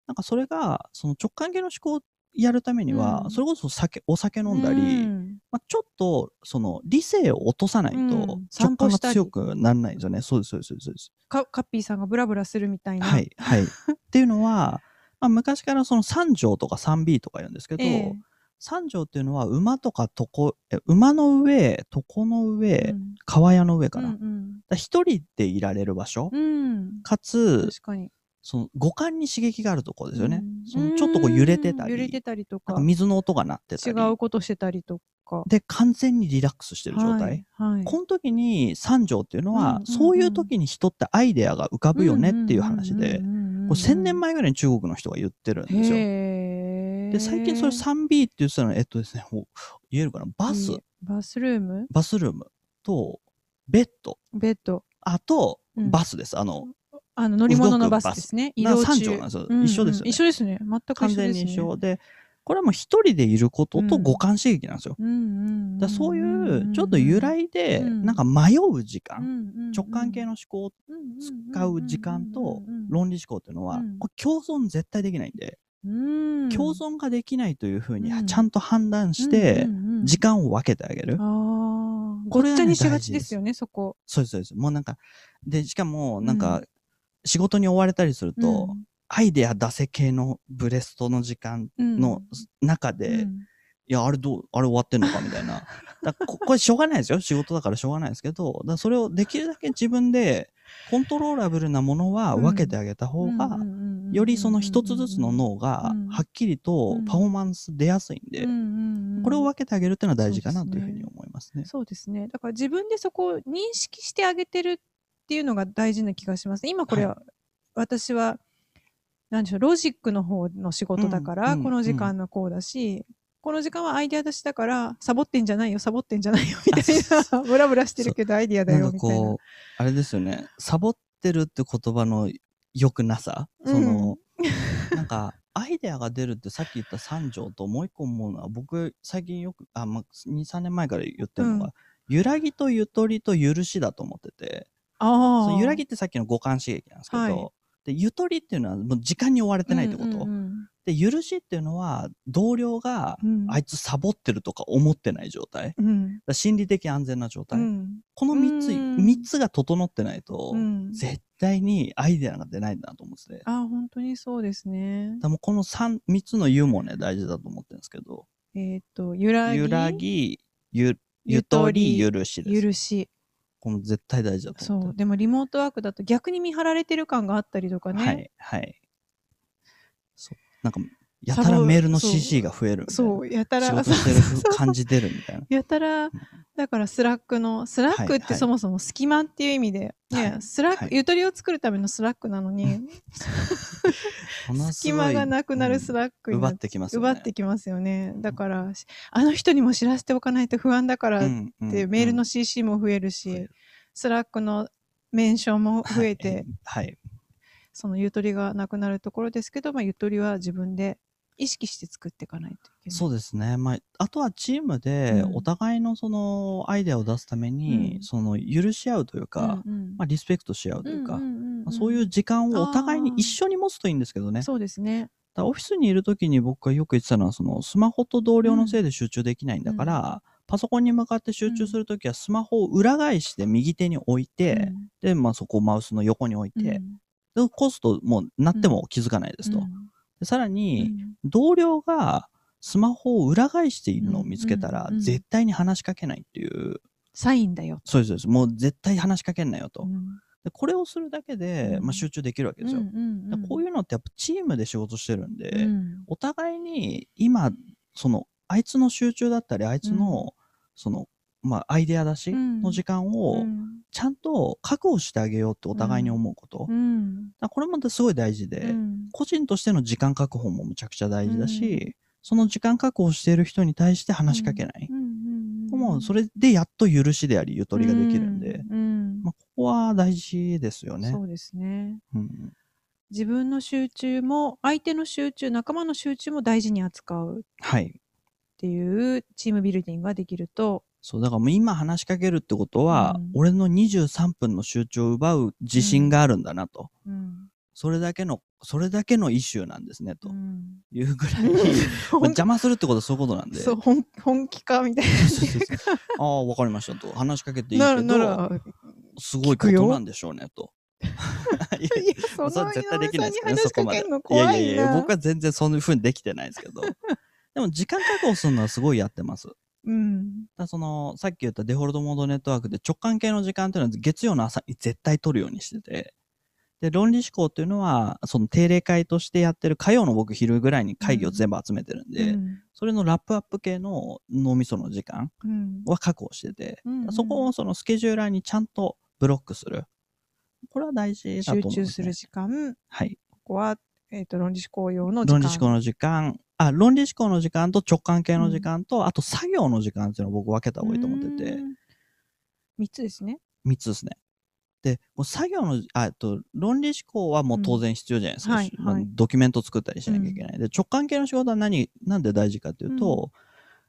B: なんかそれが、その直感系の思考をやるためには、
A: うん
B: それこそ酒、お酒飲んだり、
A: うん
B: まあ、ちょっとその理性を落とさないうと
A: ん散歩
B: 直感
A: し
B: が
A: たり
B: 強くならないんですよね。そうです、そうです、そうです。
A: かカッピーさんがブラブラするみたいな。
B: はい、はい。っていうのは、まあ、昔からその3条とか 3B とか言うんですけど、
A: ええ。
B: 三条っていうのは馬とか床え馬の上床の上、川屋の上か
A: うん
B: ら,、
A: うん
B: 一人でいられる場所、
A: うん
B: かつ
A: 確かに
B: その五感に刺激があるところですよね、
A: うん
B: そのちょっとこう揺れてたり
A: 揺れてたりと
B: なん
A: か
B: か水の音が鳴ってた
A: 違
B: り
A: うことしてたりとか
B: で完全にリラックスしてる状態、
A: はいはい
B: この時に三条っていうのは、
A: うんうんうん
B: そういう時に人ってアイデアが浮かぶよねっていう話で、
A: うんうんうんうんうん
B: これ1000年前ぐらいに中国の人が言ってるんですよ。
A: へー
B: で最近それ 3B って言ってたのはえっとですねもう言えるかなバス、
A: いいバスルーム
B: バスルームとベッド
A: ベッド
B: あと
A: うん
B: バスです、あの
A: あの乗り物のバス
B: 動くバ
A: で
B: ス
A: すね移
B: な
A: 動中
B: 三条なんですよ一緒ですよね
A: 一緒ですね全く
B: 完
A: 一緒
B: 全
A: です
B: に
A: ね
B: 一緒でこれはもう一人でいることと
A: うん
B: 五感刺激なんですよ。
A: うんうんうんん
B: だからそういうちょっと由来で
A: うん
B: なんか迷う時間、直
A: 直
B: 感系の思考使う時間と論理思考っていうのは、
A: うん
B: これ共存絶対できないんで、
A: 論
B: 共存ができないというふうに
A: うん
B: ちゃんと判断して時
A: 間
B: 間を分けてあげる、
A: ああ
B: こ
A: ご
B: れ
A: っ
B: は
A: ち
B: ね
A: ゃにしがちですよねそこ
B: そうですそうですもうなんかでしかもなん
A: う
B: か
A: ん
B: 仕事に追われたりすると、
A: うん
B: アイデア出せ系のブレストの時間
A: うん
B: の中で、
A: う
B: い
A: ん
B: やあれどうあれ終わってんのかみた いなだからここれしょうがないですよ仕事だからしょうがないですけどだからそれをできるだけ自分でコントローラブルなものは分けてあげた方が、
A: うんうんうんうん
B: よりその一つずつの脳が
A: うん
B: はっきりとパフォーマンス出やすいんで、
A: うんうんうん
B: これを分けてあげるっていうのは大事かな
A: そうで
B: という
A: す
B: ふ
A: ね
B: うに思いますね。
A: そうですねだから自分でそこを認識してあげてるっていうのが大事な気がします今これは、私はなんでしょうロジックの方の仕事だから、
B: うんうん
A: この時間のこうだし、この時間はアイデア出しだからサボってんじゃないよサボってんじゃないよみたい なブラブラしてるけどアイデアだ
B: なん
A: よ
B: か
A: みたいな
B: こうあれですよねサボってるって言葉の良くなさ、そのなんかアイデアが出るってさっき言った三条ともう一個思うのは僕最近よくあ、まあ、23年前から言ってるのが、揺らぎとゆとりと許しだと思っててそ
A: あ
B: の
A: あ
B: 揺らぎってさっきの五感刺激なんですけど、
A: はい
B: でゆとりっていうのはもう時間に追われてないってこと。
A: うんうん
B: で許しっていうのは同僚が
A: うんうん
B: あいつサボってるとか思ってない状態だか
A: うん
B: ら心理的安全な状
A: う
B: 態、
A: ん
B: この3つ
A: うん
B: 3つが整ってないと、
A: うん
B: 絶対にアイデアが出ないんだなと思っててだか
A: ああ本当にそうですね
B: らもうこの 3, 3つの「ゆ」もね大事だと思ってるんですけど
A: えっ、と揺らぎ
B: 揺らぎゆゆとり許しです
A: 許し
B: この絶対大事だと
A: そ
B: 思っ
A: う
B: て
A: でもリモートワークだと逆に見張られてる感があったりとか
B: る
A: ね、
B: はいはいそうなんかやたらメールの
A: サボ
B: CC が増えるみたいな
A: そうやた
B: 仕
A: ら
B: 事してる感じ出るみたいな
A: やたらだからスラックのスラックっ
B: はいは
A: て
B: い
A: そもそも隙間っていう意味で、ね
B: はい
A: スラック、
B: はい
A: ゆとりを作るためのスラックなの に
B: ものす
A: 隙
B: ごい
A: 間がなくなるスラックにな
B: 奪
A: っ、
B: っててきますよね
A: 奪ってきますよねだからしあの人にも知らせておかないと不安だからっ
B: うん
A: て、
B: うん
A: メールの CC も増えるし、
B: 増える
A: スラックのメンションも増えて、
B: はい、はい
A: そのゆとりがなくなるところですけど、まあ、ゆとりは自分で意識して作っていかないといけない。
B: そうですね、まあ、あとはチームで
A: うん
B: お互いのそのアイデアを出すために、
A: うん
B: その許し合うというか、
A: うんうん
B: まあ、リスペクトし合うというか、
A: んんんん
B: まあそういう時間をお互いに一緒に持つといいんですけどねだか
A: そうですね。
B: らオフィスにいる時に僕がよく言ってたのはそのスマホと同僚のせいで集中できないんだから、パソコンに向かって集中するときはスマホを裏返して右手に置いて、で、まあ、そこをマウスの横に置いて、
A: で
B: でこうするともうなっても気づかないですと、でさらに、同僚がスマホを裏返しているのを見つけたら、
A: うんうんうん
B: 絶対に話しかけないっていう、
A: サインだよ
B: そうです、そうです。もう絶対話しかけんなよと。
A: と。
B: でこれをするだけで、
A: うん
B: まあ、集中できるわけですよ。だからこういうのってやっぱチームで仕事してるんで、
A: うん
B: お互いに今、その、あいつの集中だったり、あいつの、その、まあ、アイデア出し
A: うん
B: の時間
A: う
B: を
A: ん
B: ちゃんと確保してあげようってお互いに思うこと。だ
A: う
B: か
A: ん
B: らこれもすごい大事で、
A: うん
B: 個人としての時間確保もむちゃくちゃ大事だし、
A: う
B: その時間確保している人に対して話しかけない、
A: うんうんうん
B: もうそれでやっと許しでありゆとりができるんで、
A: うん
B: まあ、ここは大事ですよ
A: うん
B: ね。
A: そうですね。
B: うん
A: 自分の集中も相手の集中仲間の集中も大事に扱うっ
B: はい
A: ていうチームビルディングができると
B: そうだからもう今話しかけるってことは、
A: うん
B: 俺の23分の集中を奪う自信があるんだなと、
A: うん
B: それだけのそれだけのイシューなんですねと
A: うん
B: い うぐらい、
A: うん
B: まあ邪魔するってことはそういうことなん で
A: そう本本気かみたい
B: そうそうそうああ分かりましたと話しかけていい
A: な。
B: け
A: なら
B: ど
A: なら
B: すごいことなんでしょうね と。いやい
A: いや、そ
B: やそ
A: の
B: れ絶対できないです
A: 井
B: けど
A: 上
B: ね、そ
A: さんに話し
B: こまで
A: かけんの。
B: いや
A: 怖いな。
B: いやいや、僕は全然そんなふうにできてないですけど。でも時間確保するのはすごいやってます。
A: うん。
B: だからそのさっき言ったデフォルトモードネットワークで直感系の時間というのは月曜の朝に絶対取るようにしててで論理思考というのはその定例会としてやってる火曜の僕昼ぐらいに会議を全部集めてるんで、
A: うん
B: それのラップアップ系の脳みその時間
A: うん
B: は確保してて、
A: うんうん
B: そこをそのスケジューラーにちゃんとブロックするこれは大事だと
A: 集
B: 思うん
A: 中
B: ですね
A: る時間、
B: はい、
A: ここは、えっと論理思考用の時間。
B: 論理思考の時間あ論理思考の時間と直感系の時間と、あと作業の時間っていうのを僕分けた方がいいと思ってて、
A: うん。3つですね。
B: 3つですね。で、もう作業の、あえっと論理思考はもう当然必要じゃないですか。
A: うんはい
B: まあ
A: はい
B: ドキュメント作ったりしなきゃいけない。で、直感系の仕事は何、なんで大事かというと、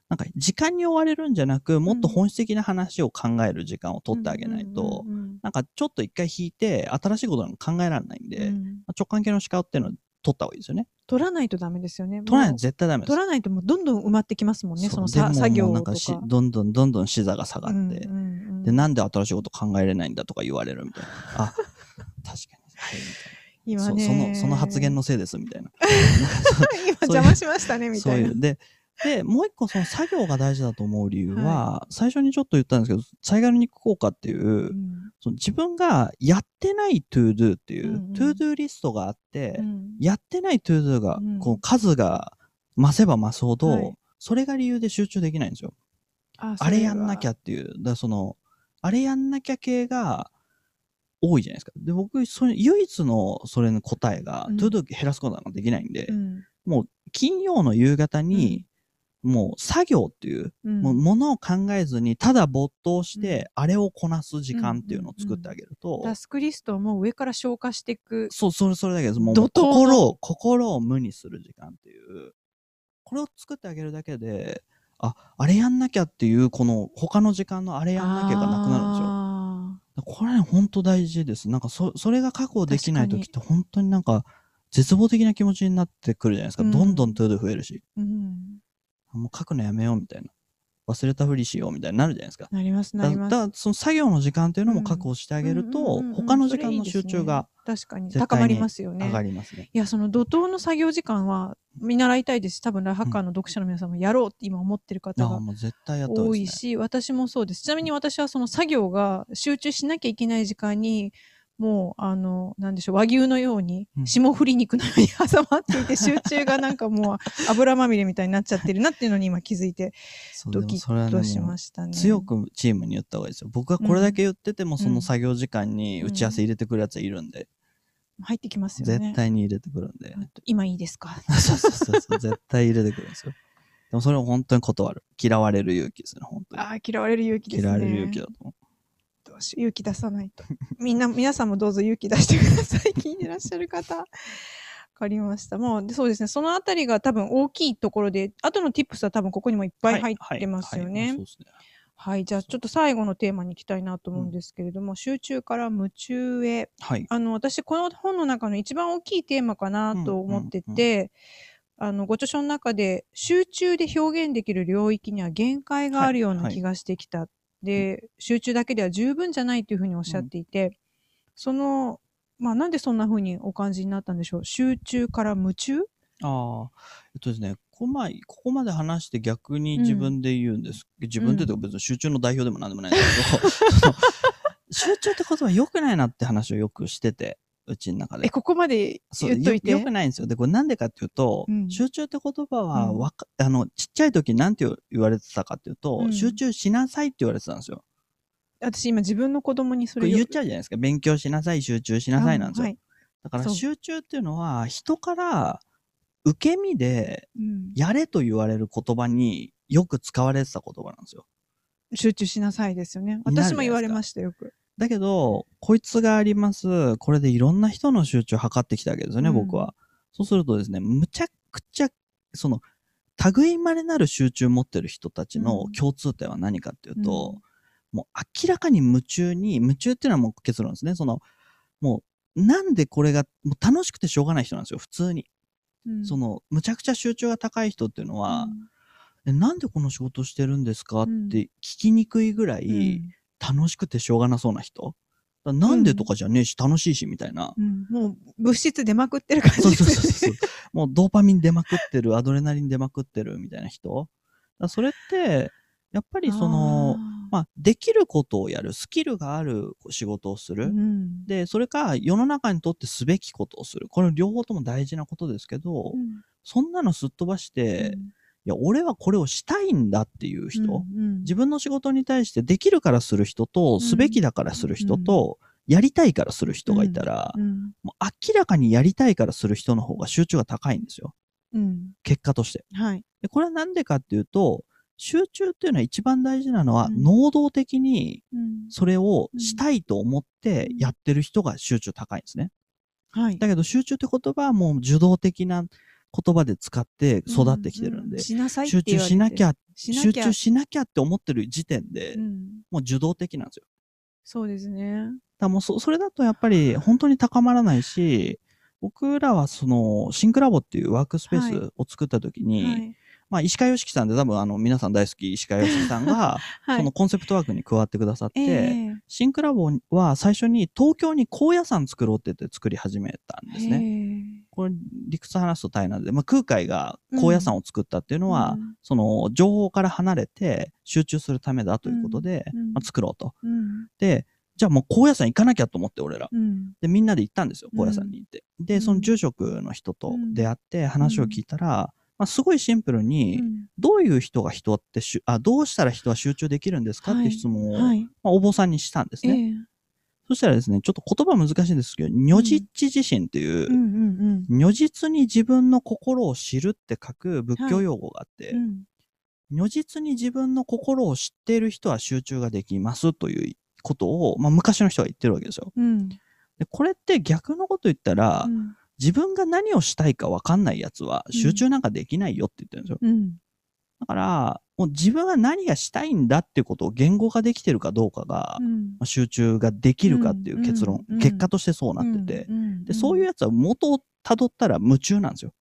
B: なんか時間に追われるんじゃなく、もっと本質的な話を考える時間を取ってあげないと、
A: うんうんうん
B: なんかちょっと一回引いて、新しいことなんか考えられないん
A: う
B: で
A: ん、うん
B: まあ直感系の視界っていうのを取った方がいいですよね。
A: 取らないとダメですよね。
B: 取らない
A: も
B: と
A: う
B: 絶対ダメです。
A: 取らないともうどんどん埋まってきますもんね、その
B: でも
A: さ作業
B: もう
A: と
B: なん
A: か。
B: かしどんどんどんどん視座が下がって、
A: うんうんうん
B: で、なんで新しいこと考えれないんだとか言われるみたいな。あ、確かに。はい、みた
A: 今
B: いな
A: ね
B: そその、その発言のせいです、みたいな。
A: 今邪魔しましたねみ
B: そ
A: た
B: う
A: い
B: い
A: な。
B: う。で、で、もう一個その作業が大事だと思う理由は、最初にちょっと言ったんですけど、サイガルニック効果っていう
A: う、ん
B: その自分がやってないトゥードゥっていう、
A: うんうん
B: トゥードゥリストがあって、
A: うん
B: やってないトゥードゥが、
A: うん
B: こう数が増せば増すほど、
A: はい
B: それが理由で集中できないんですよ。あれやんなきゃ。っていう、だからその、あれやんなきゃ系が多いじゃないですか。で、僕、それ唯一のそれの答えが、
A: うん
B: トゥードゥ減らすことなんかできないんで、
A: それはうん
B: 金曜の夕方に、もう作業っていう、
A: うん
B: もうものを考えずに、ただ没頭して、あれをこなす時間っていうのを作ってあげると、
A: タスクリストをもう上から消化していく。
B: そう、それ、それだけです。もう、
A: 怒涛の
B: 心を、心を無にする時間っていう。これを作ってあげるだけで、あ、あれやんなきゃっていう、この、他の時間のあれやんなきゃがなくなるんですよ。
A: あ
B: これね、本当大事です。なんかそ、それが確保できない時っ
A: 確
B: て、本当になんか、絶望的な気持ちになってくるじゃないですか。
A: うん
B: どんどんトゥードゥ増えるし、
A: ーうん
B: もう書くのやめようみたいな。忘れたふりしようみたいになるじゃないですか。
A: なりますな
B: だ
A: り
B: だ
A: ます。
B: から、その作業の時間というのも確保してあげる
A: うんう
B: と
A: んうんう、ん
B: 他の時間の集中が
A: それいいですね確かに
B: 絶対に
A: 高まりますよね
B: 上。がりますね。
A: いやその怒涛の作業時間は見習いたいですし多分ライフハッカーの読者の皆さんもやろうって今思ってる方
B: ああ、
A: が
B: もう絶対やった方
A: 多
B: がいい
A: い
B: ですね。
A: し、私もそうです。ちなみに私はその作業が集中しなきゃいけない時間に、もう、あの、なんでしょう、和牛のように
B: う、ん
A: 霜降り肉のように挟まっていて、集中がなんか もう油まみれみたいになっちゃってるなっていうのに今気づいて、
B: そう
A: ド
B: でも
A: キ
B: それは
A: ッ
B: ね
A: とし
B: もう
A: ましたね。
B: 強くチームに言った方がいいですよ。僕がこれだけ言ってても、その作業時間に打ち合わせ入れてくるやつはいるんで、
A: 入ってきますよね。
B: 絶対に入れてくるんで。
A: 今いいですか
B: そうそうそうそう、絶対入れてくるんですよ。でもそれを本当に断る。嫌われる勇気ですね、本当に。
A: ああ、嫌われる勇気ですね。
B: 嫌われる勇気だと思
A: どうし勇気出さないと。みんな、皆さんもどうぞ勇気出してくだ さい。聞いてらっしゃる方。わかりました。もう、でそうですね。そのあたりが多分大きいところで、後の tips は多分ここにもいっ
B: う。
A: ぱい入ってますよ
B: はいはい
A: ね
B: はいそう。ですね。
A: はい。じゃあ、ちょっと最後のテーマに行きたいなと思うんですけれども、集中から夢中へ。
B: はい。
A: あの、私、この本の中の一番大きいテーマかなと思ってて、あの、ご著書の中で、集中で表現できる領域には限界があるような気がしてきた。で、集中だけでは十分じゃないというふうにおっしゃっていて、その、まあ、なんでそんなふうにお感じになったんでしょう集中から夢中
B: ああ、えっとですね、ここまここまで話して逆に
A: うん
B: 自分で言うんです。自分でというか別に集中の代表でもなんでもないんで すけど、その集中って言葉良くないなって話をよくしてて、うちの中
A: え、
B: で。
A: ここまで
B: そう
A: 言っといて。
B: よよくないんですよ。で、これなんでかっていうと、
A: うん
B: 集中って言葉は
A: うん
B: わか、あの、ちっちゃい時なんて言われてたかっていうと、
A: うん
B: 集中しなさいって言われてたんですよ。
A: 私、今自分の子供にそ
B: こ
A: れ
B: れ言っ
A: よく
B: ちゃうじゃないですか。勉強しなさい、集中しなさいなんですよ。
A: あはい
B: だから
A: そう
B: 集中っていうのは、人から受け身で
A: うん
B: やれと言われる言葉によく使われてた言葉なんですよ。
A: 集中しなさいですよね。
B: になるじゃないで
A: 私
B: すか
A: も言われましたよく。
B: だけど、こいつがあります。これでいろんな人の集中を図ってきたわけですよね、
A: うん
B: 僕は。そうするとですね、むちゃくちゃ、その、類まれなる集中を持ってる人たちの
A: うん
B: 共通点は何かっていうと、もう明らかに夢中に、夢中っていうのはもう結論ですね。その、もう、なんでこれが、もう楽しくてしょうがない人なんですよ、普通に。
A: うん
B: その、むちゃくちゃ集中が高い人っていうのは、えなんでこの仕事してるんですか
A: う
B: っ
A: ん
B: て聞きにくいぐら
A: うん
B: い楽しくてしょうがなそうな人、だからなんでとかじゃねえし、楽しいしみたいな。
A: うん、もう物質出まくってる感じ
B: そう
A: です
B: そ
A: よ
B: う
A: ね。
B: そうそう。もうドーパミン出まくってる、アドレナリン出まくってるみたいな人。だからそれって、やっ ぱりその、まあ、できることをやる、スキルがある仕事をす
A: あ
B: る。
A: ーうん
B: で、それか世の中にとってすべきことをする。これ両方とも大事なことですけど、
A: うん
B: そんなのすっ飛ばして、
A: う
B: い
A: ん
B: や、俺はこれをしたいんだっていう人。
A: うんうん
B: 自分の仕事に対してできるからする人と、
A: ん
B: すべきだからする人と、やりたいからする人がいたら、
A: うん
B: もう明らかにやりたいからする人の方が集中が高いんですよ。
A: うん
B: 結果として。
A: はい。
B: でこれはなんでかっていうと、集中っていうのは一番大事なのは、
A: うん
B: 能動的に
A: うん
B: それをしたいと思って
A: うん
B: やってる人が集中高いんですね。
A: はい。
B: だけど集中って言葉はもう受動的な言葉で使って育ってきてるんで、
A: ううしなさいって
B: 集
A: 言
B: 中
A: われて
B: しなきゃ、
A: しな
B: 集
A: きゃ
B: 中しなきゃって思ってる時点で、
A: うん
B: もう受動的なんですよ。
A: そうですね。
B: だからもうそそれだとやっぱり本当に高まらないし、僕らはそのシンクラボっていうワークスペースを作った時に、
A: はい。
B: まあ石川良樹さんで多分あの皆さん大好き石川良樹さんが、
A: は
B: そ
A: い
B: の。コンセプトワークに加わってくださって、
A: ええ
B: シンクラボは最初に東京に高野山作ろうって言って作り始めたんですね。
A: ね。
B: これ理屈話すと大変なんで、まあ、空海が高野山を作ったっていうのは、
A: うん
B: その情報から離れて集中するためだということで、
A: うんうん
B: まあ、作ろうと。
A: うん
B: で、じゃあもう高野山行かなきゃと思って俺ら。
A: うん
B: で、みんなで行ったんですよ、高野山に行って。
A: う
B: で、
A: ん
B: その住職の人と出会って話を聞いたら、まあ、すごいシンプルに、
A: うん
B: どういう人が人ってしゅあ、どうしたら人は集中できるんですかっていう質問を、
A: はい。
B: まあ、お坊さんにしたんです
A: え
B: ね。
A: え
B: そしたらですね、ちょっと言葉難しいんですけど、如実自身っていう、
A: うんうん
B: 如実に自分の心を知るって書く仏教用語があって、
A: うんうん。
B: 如実に自分の心を知っている人は集中ができますということを、まあ、昔の人が言ってるわけですよ。
A: うん
B: でこれって逆のこと言ったら、
A: うん
B: 自分が何をしたいか分かんないやつは集中なんかできないよって言ってるんですよ。
A: うん
B: だから、もう自分が何がしたいんだってことを言語化できてるかどうかが、
A: うん
B: まあ集中ができるかっていう結論、
A: うんうん
B: 結果としてそうなってて、
A: うんうん
B: で、そういうやつは元をたどったら夢中なんですよ。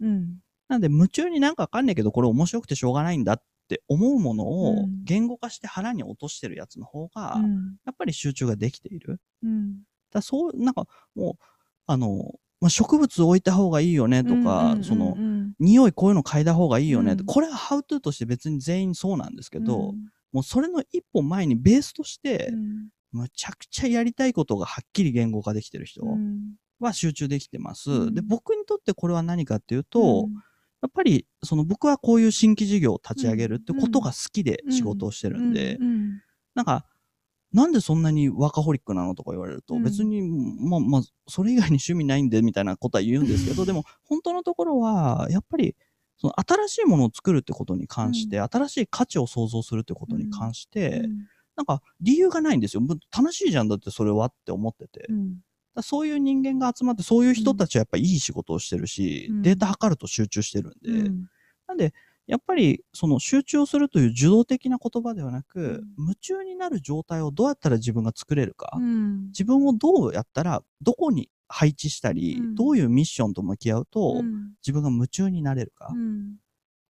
A: うん
B: なんで夢中になんかわかんないけど、これ面白くてしょうがないんだって思うもの
A: う
B: を
A: ん
B: 言語化して腹に落としてるやつの方が、
A: うん
B: やっぱり集中ができている。
A: うん
B: だからそう、なんかもう、あの、まあ、植物置いた方がいいよねと
A: うん
B: か、
A: うんうんうん
B: その
A: う、ん
B: 匂いこういうの嗅いだ方がいいよねって、
A: うん
B: これはハウトゥーとして別に全員そうなんですけど、
A: うん
B: もうそれの一歩前にベースとして、
A: うん
B: むちゃくちゃやりたいことがはっきり言語化できてる人
A: うん
B: は集中できてます。
A: うん
B: で、僕にとってこれは何かっていうと、やっぱり、その僕はこういう新規事業を立ち上げるってことが好きで仕事をしてるんで、
A: うん
B: なんか、なんでそんなにワーカホリックなのとか言われると、
A: うん
B: 別に、まあまあ、それ以外に趣味ないんで、みたいなことは言うんですけど、でも、本当のところは、やっぱり、その新しいものを作るってことに関して、新しい価値を創造するってことに関して、
A: うん
B: なんか理由がないんですよ。ぶ楽しいじゃんだってそれはって思ってて。
A: う
B: だか
A: ん
B: らそういう人間が集まって、そういう人たちはやっぱいい仕事をしてるし、
A: うん
B: データ測ると集中してるんで、
A: うん
B: なんで、やっぱり、その集中をするという受動的な言葉ではな
A: う
B: く、夢中になる状態をどうやったら自分が作れるか、
A: うん
B: 自分をどうやったら、どこに配置したり、
A: うん
B: どういうミッションと向き合うと、
A: うん
B: 自分が夢中になれるか、
A: うん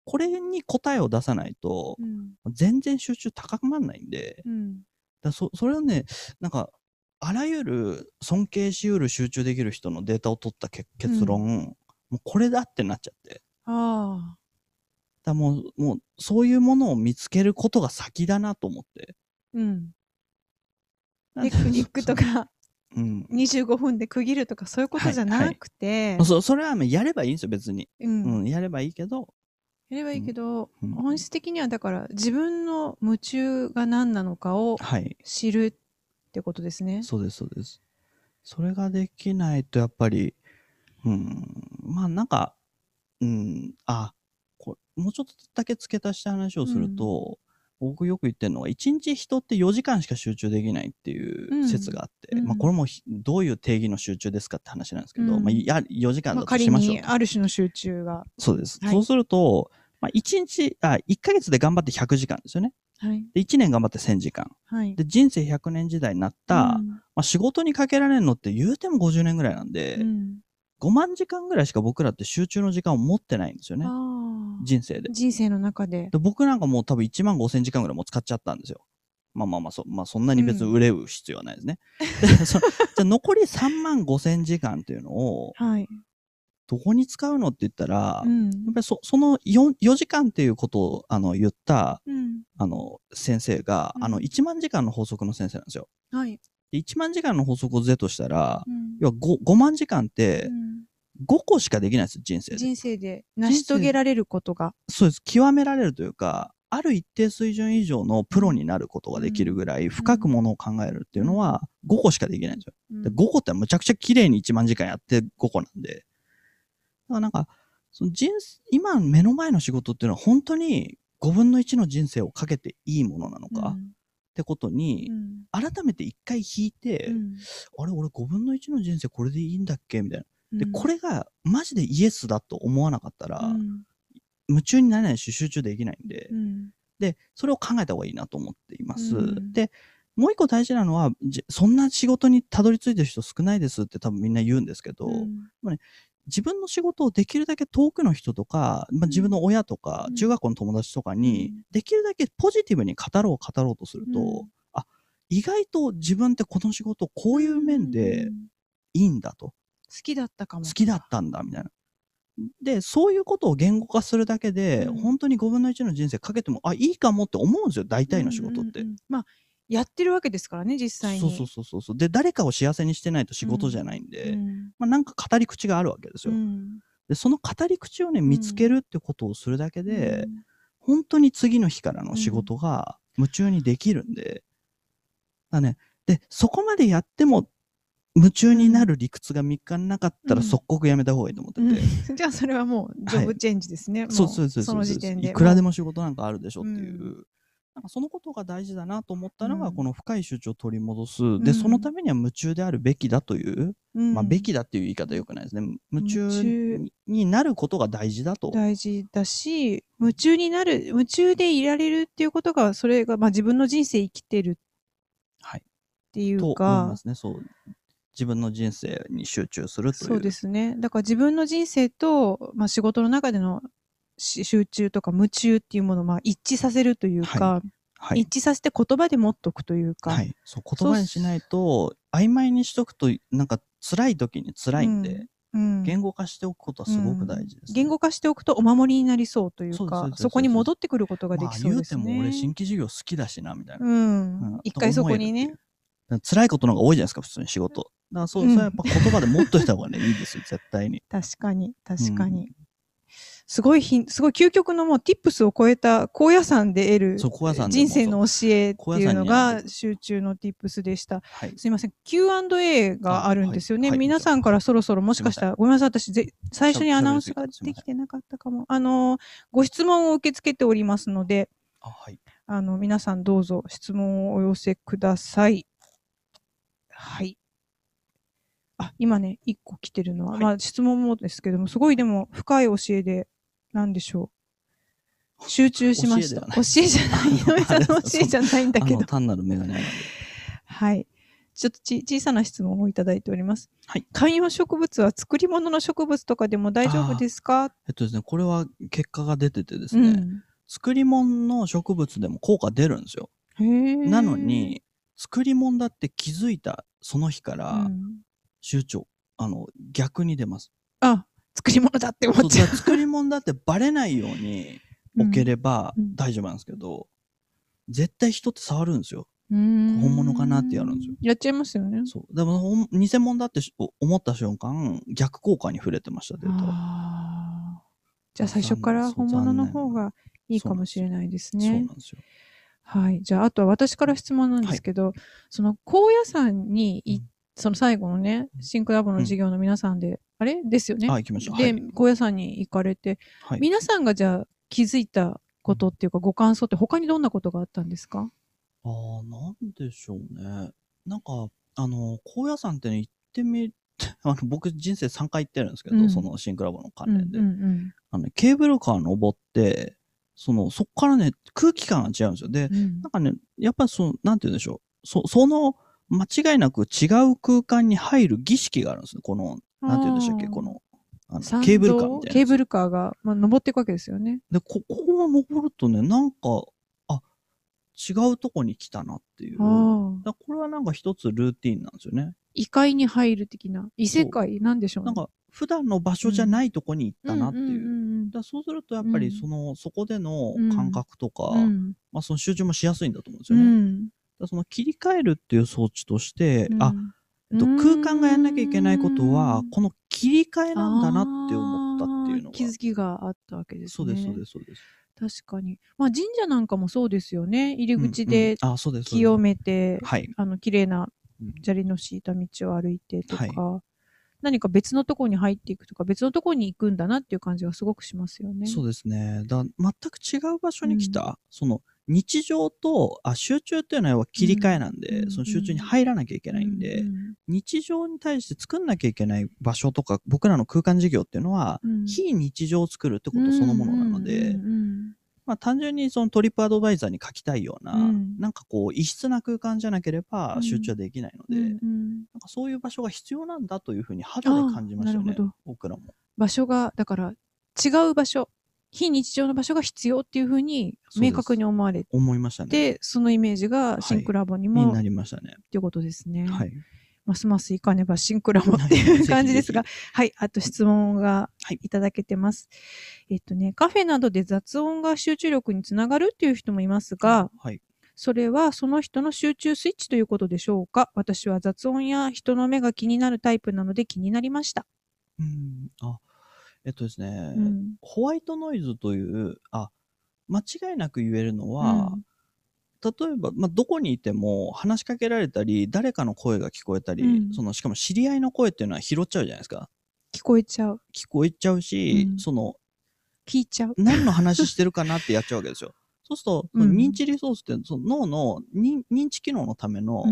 B: これに答えを出さないと、
A: うん
B: 全然集中高まらないんで、
A: うん
B: だそそれをね、なんか、あらゆる尊敬しうる集中できる人のデータを取った結結論、もうこれだってなっちゃって。
A: ああ
B: だからもう、もう、そういうものを見つけることが先だなと思って。
A: うんテクニックと。か
B: うん。
A: 25分で区切るとかそういうことじゃなくて、
B: そ、それはねやればいいんですよ、別に。
A: う
B: うんん、やればいいけど。
A: やればいいけど、
B: うん
A: 本質的にはだから自分の夢中が何なのかを
B: はい。
A: 知るってことですね。
B: そうです、そうです。それができないと、やっぱり、うん、まあなんか、うん、あ、これもうちょっとだけ付け足した話をすると、僕よく言ってるのは、1日人って4時間しか集中できないっていう説があって、
A: うん
B: まあこれもひどういう定義の集中ですかって話なんですけど、
A: うん
B: まあや4時間
A: まあ、
B: だと
A: 仮
B: しましょう
A: に
B: と。
A: ある種の集中が。
B: そうです。
A: はい
B: そうすると、まあ、1日、あ、1ヶ月で頑張って100時間ですよね。
A: はい。
B: で、1年頑張って1000時間。
A: はい。
B: で、人生100年時代になった、まあ、仕事にかけられるのって言うても50年ぐらいなんで、
A: うん
B: 5万時間ぐらいしか僕らって集中の時間を持ってないんですよ
A: うん
B: ね。
A: ああ
B: 人生で。
A: 人生の中で。
B: で僕なんかもう多分1万5千時間ぐらいもう使っちゃったんですよ。まあまあまあそ、まあ、そんなに別に憂う必要はない ですね。でそじゃあ残り3万5千時間っていうのを、
A: はい。
B: どこに使うのって言ったら、
A: う
B: やっ
A: ん。
B: ぱりそその 4, 4時間っていうことをあの言った
A: うん。
B: あの先生が、
A: うん
B: あの1万時間の法則の先生なんですよ。
A: はい。
B: で1万時間の法則を是としたら、
A: うん
B: 要は 5, 5万時間って
A: うん
B: 5個しかできないです、人生で。
A: 人生で成し遂げられることが。
B: そうです。極められるというか、ある一定水準以上のプロになることができるぐらい深くものを考えるっていうのは5個しかできないんですよ。で
A: うん
B: 5個ってむちゃくちゃ綺麗に1万時間やって5個なんで。だからなんか、その人生、今目の前の仕事っていうのは本当に5分の1の人生をかけていいものなのか、
A: う
B: っ
A: ん
B: てこと
A: う
B: に、
A: ん
B: 改めて一回引いて、あれ俺5分の1の人生これでいいんだっけみたい
A: う
B: な。
A: ん
B: で、これがマジでイエスだと思わなかったら、
A: うん
B: 夢中になれないし集中できないんで、
A: うん
B: で、それを考えた方がいいなと思っています。
A: うん
B: で、もう一個大事なのは、じそんな仕事にたどり着いてる人少ないですって多分みんな言うんですけど、
A: うん
B: 自分の仕事をできるだけ遠くの人とか、まあ、自分の親とか、
A: うん
B: 中学校の友達とかに、
A: うん
B: できるだけポジティブに語ろう語ろうとすると、
A: うん
B: あ、意外と自分ってこの仕事こういう面で
A: うん
B: いいんだと、
A: 好きだったかも。
B: 好きだったんだみたいな。で、そういうことを言語化するだけで、
A: うん
B: 本当に5分の1の人生かけても、あ、いいかもって思うんですよ、大体の仕事って。
A: うんうんうんまあ、やってるわけですからね、実際に。
B: そうそうそうそうそう。で、誰かを幸せにしてないと仕事じゃないんで、
A: うん
B: まあ、なんか語り口があるわけですよ。
A: うん
B: で、その語り口をね、見つけるってことをするだけで、
A: うん
B: 本当に次の日からの仕事が夢中にできるんで、だね、で、そこまでやっても、夢中になる理屈が3日なかったら
A: うん
B: 即刻やめた方がいいと思ってて、
A: うん じゃあそれはもうジョブチェンジですね。も
B: そうそうそう
A: その時点で。
B: いくらで
A: も
B: も仕事なんかあるでしょってい
A: う
B: う、なんかそのことが大事だなと思ったのが、
A: うん
B: この深い集中を取り戻す、
A: う
B: で
A: ん
B: そのためには夢中であるべきだという、
A: う、
B: まあべきだっていう言い方よくないですね夢
A: 夢
B: 中
A: 中
B: にになることが大事だと
A: 大事だし、夢中になる、夢中でいられるっていうことが、それが、まあ自分の人生生きてる
B: はい
A: ってい
B: と思
A: う
B: い
A: か、
B: ますねそう自分の人生に集中するという
A: そうですね。だから自分の人生と、まあ、仕事の中でのし集中とか夢中っていうものをまあ一致させるというか、
B: はい、
A: 一致させて言葉で持っとくというか、
B: はい、そう言葉にしないと曖昧にしとくとなんか辛い時に辛いんで、
A: うんうん
B: 言語化しておくことはすごく大事ですね、
A: 言語化しておくとお守りになりそうとい
B: そう
A: う
B: ですそう
A: か
B: で、す
A: そこに戻ってくることがで
B: まあ
A: きそう
B: 言
A: で
B: うて
A: すね。
B: も俺新規事業好きだしなみたいな、
A: うん。一回そこにね。
B: だから辛いことの方が多いじゃないですか普通に仕事だからそう、
A: うん
B: それはやっぱ言葉で持っといた方がねいいですよ 絶対に
A: 確かに、確か
B: うん
A: に。すごいひん、すごい究極のもう tips を超えた高野山で得る
B: そう高野山でも
A: 人生の教えっていうの
B: 高野山
A: が
B: に
A: 集中の tips でした。
B: はい
A: すいません、Q&A があるんですよね。
B: あはいはい
A: 皆さんからそろそろもしかしたら、ごめんなさい、私ぜ、最初にアナウンスが
B: しゃべ
A: で
B: りす
A: きてなかったかも。あの、ご質問を受け付けておりますので、
B: あはい
A: あの、皆さんどうぞ質問をお寄せください。はい。あ、今ね、一個来てるのは、
B: はい
A: まあ質問もですけども、すごいでも深い教えで、なんでしょう。集中しました。教
B: 教
A: えじゃない。井上さんの教えじゃないんだ
B: あ
A: けど
B: の。単なるメガネなんで
A: はい。ちょっとち小さな質問をいただいております。
B: はい
A: 観葉植物は作り物の植物とかでも大丈夫ですか、
B: えっとですねこれは結果が出ててです
A: う
B: ね、
A: ん、
B: 作り物の植物でも効果出るんですよ
A: な
B: なの、に作り物だって気づいたその日か
A: う
B: ら
A: ん、
B: 集中、あの逆に出 ます
A: あ作り物だって思っちゃう
B: そうだから作り物だってバレないように
A: うん。
B: 置ければ
A: うん
B: 大丈夫なんですけど、絶対人って触るんですよ。
A: 本
B: 本物かなってやるんですよ。
A: やっちゃいますよね。
B: そう。でも、ほん偽物だってしお思った瞬間、逆効果に触れてました、データは
A: あーじゃあ最初から
B: そう
A: 本物の方がいいかもしれないです
B: そう
A: ね
B: な。んですよ。
A: はい。じゃあ、あとは私から質問なんですけど、その高野山にい、
B: うん
A: その最後のね、シンクラボの事業の皆さんで、あれですよね。
B: あ、行きましょう。は
A: で、
B: い。
A: 高野山に行かれて、
B: はい
A: 皆さんがじゃあ気づいたことっていうか、ご感想って他にどんなことがあったんですか
B: あーなんでしょうね。なんか、あの、高野山ってね、行って み、あの僕人生3回行ってるんですけど、
A: うん
B: そのシンクラブの
A: う
B: 関
A: ん
B: 連で、
A: うん
B: あのねケーブルカー登って、その、そこからね、空気感が違うんですよ。で
A: う、ん
B: なんかね、やっぱその、なんて言うんでしょう。そ、その、間違いなく違う空間に入る儀式があるんですね。この、なんて言うんでしたっけ、
A: あー
B: この、あの
A: 参道
B: ケーブルカーみたいな
A: ケ
B: や
A: ー
B: つ。
A: ブルカーが、まあ、登っていくわけですよね。
B: で、ここを登るとね、なんか、あ、違うとこに来たなっていう。だこれはなんか一つルーティンなんですよね。
A: 異界に入る的な。異世界なんでしょうね。
B: なんか普段の場所じゃないとこに行ったなっていう。だそうするとやっぱりその、うん、そこでの感覚とか、うん、まあその集中もしやすいんだと思うんですよね。うん、だその切り替えるっていう装置として、あ、えっと、空間がやんなきゃいけないことは、この切り替えなんだなって思ったっていうのが。
A: 気づきがあったわけですね。
B: そうです、そうです、そうです。
A: 確かに。まあ神社なんかもそうですよね。入り口で清めて、はい、あの綺麗な砂利の敷いた道を歩いてとか、はい、何か別のところに入っていくとか、別のところに行くんだなっていう感じがすごくしますよね。
B: そうですね。だ全く違う場所に来た、うん、その日常とあ集中っていうのは切り替えなんで、うん、その集中に入らなきゃいけないんで、うん、日常に対して作んなきゃいけない場所とか僕らの空間事業っていうのは、うん、非日常を作るってことそのものなので、まあ、単純にそのトリップアドバイザーに書きたいような、うん、なんかこう異質な空間じゃなければ集中できないので、なんかそういう場所が必要なんだというふうに肌で感じましたね僕らも。
A: 場所がだから違う場所非日常の場所が必要っていうふうに明確に思われて
B: 思いましたね
A: でそのイメージがシンクラボにも、はい、
B: になりましたね
A: っていうことですね、はい、ますますいかねばシンクラボっていう感じですがはいあと質問がいただけてます、はい、えっとねカフェなどで雑音が集中力につながるっていう人もいますが、はい、それはその人の集中スイッチということでしょうか私は雑音や人の目が気になるタイプなので気になりました
B: うんあえっとですね、うん、ホワイトノイズという、あ、間違いなく言えるのは、うん、例えば、まあ、どこにいても話しかけられたり、誰かの声が聞こえたり、うん、その、しかも知り合いの声っていうのは拾っちゃうじゃないですか。
A: 聞こえちゃう。
B: 聞こえちゃうし、その、
A: 聞いちゃう。
B: 何の話してるかなってやっちゃうわけです よ。そうすると、認知リソースって、その脳の認知機能のための、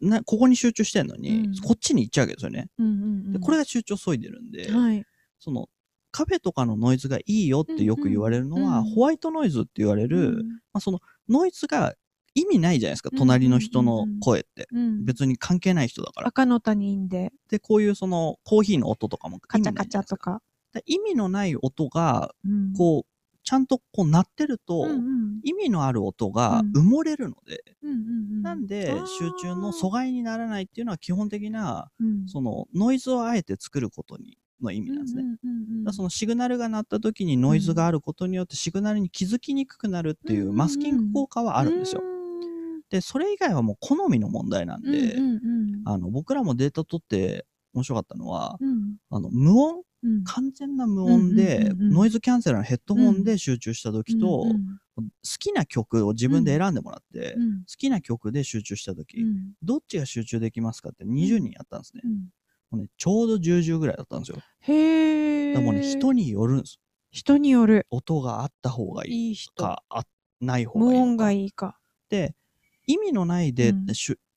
B: なここに集中してんのに、こっちに行っちゃうわけですよね。でこれが集中を削いでるんで、はいそのカフェとかのノイズがいいよってよく言われるのは、うんうん、ホワイトノイズって言われる、うん、まあ、そのノイズが意味ないじゃないですか、隣の人の声って、うんうんうん、別に関係ない人だから。
A: 赤の他人で。
B: で、こういうそのコーヒーの音とかも
A: カチャカチャとか。
B: か意味のない音が、こう、ちゃんとこう鳴ってると、うんうん、意味のある音が埋もれるので、うんうん、なんで集中の阻害にならないっていうのは基本的な、そのノイズをあえて作ることにの意味なんですね。うんうんうん、そのシグナルが鳴った時にノイズがあることによってシグナルに気づきにくくなるっていうマスキング効果はあるんですよ。で、それ以外はもう好みの問題なんで、うんうんうん、あの、僕らもデータ取って面白かったのは、うん、あの、無音、うん、完全な無音で、ノイズキャンセラーのヘッドホンで集中した時と、うんうんうん好きな曲を自分で選んでもらって、うん、好きな曲で集中した時、どっちが集中できますかって20人やったんですね。ね、ちょうど10ぐらいだったんですよ。
A: へえ。
B: でもね、人によるんです。
A: 人による。
B: 音があった方がいいか、いいあない方
A: がいい無音がいいか。
B: で、意味のないで、うん、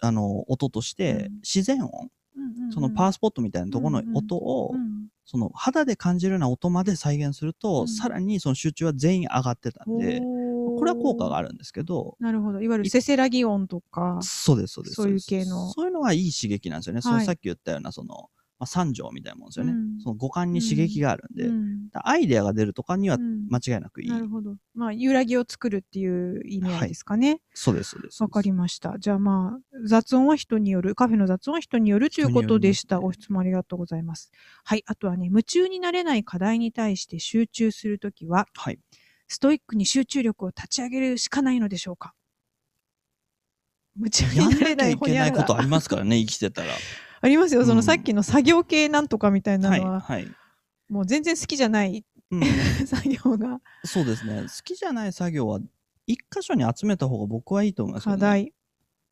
B: あの音として、自然音、うん、そのパワースポットみたいなところの音を、うんうん、その肌で感じるような音まで再現すると、うん、さらにその集中は全員上がってたんで、これは効果があるんですけど。
A: なるほど。いわゆるせせらぎ音とか。
B: そうです、そうです。
A: そういう系の。
B: そういうのはいい刺激なんですよね。はい、そのさっき言ったような、その、まあ、三条みたいなもんですよね、うん。その五感に刺激があるんで、うん、アイデアが出るとかには間違いなくいい。うん、
A: なるほど。まあ、揺らぎを作るっていう意味ですかね。はい、
B: そうです、そうです。
A: わかりました。じゃあまあ、雑音は人による、カフェの雑音は人によるということでした。ご、ね、質問ありがとうございます。はい。あとはね、夢中になれない課題に対して集中するときは、はい。ストイックに集中力を立ち上げるしかないのでしょうか
B: 夢中になれないいけないことありますからね、生きてたら。
A: ありますよ、そのさっきの作業系なんとかみたいなのは、うんはいはい、もう全然好きじゃない、 うん、作業が。
B: そうですね、好きじゃない作業は、一箇所に集めた方が僕はいいと思います、ね、
A: 課題。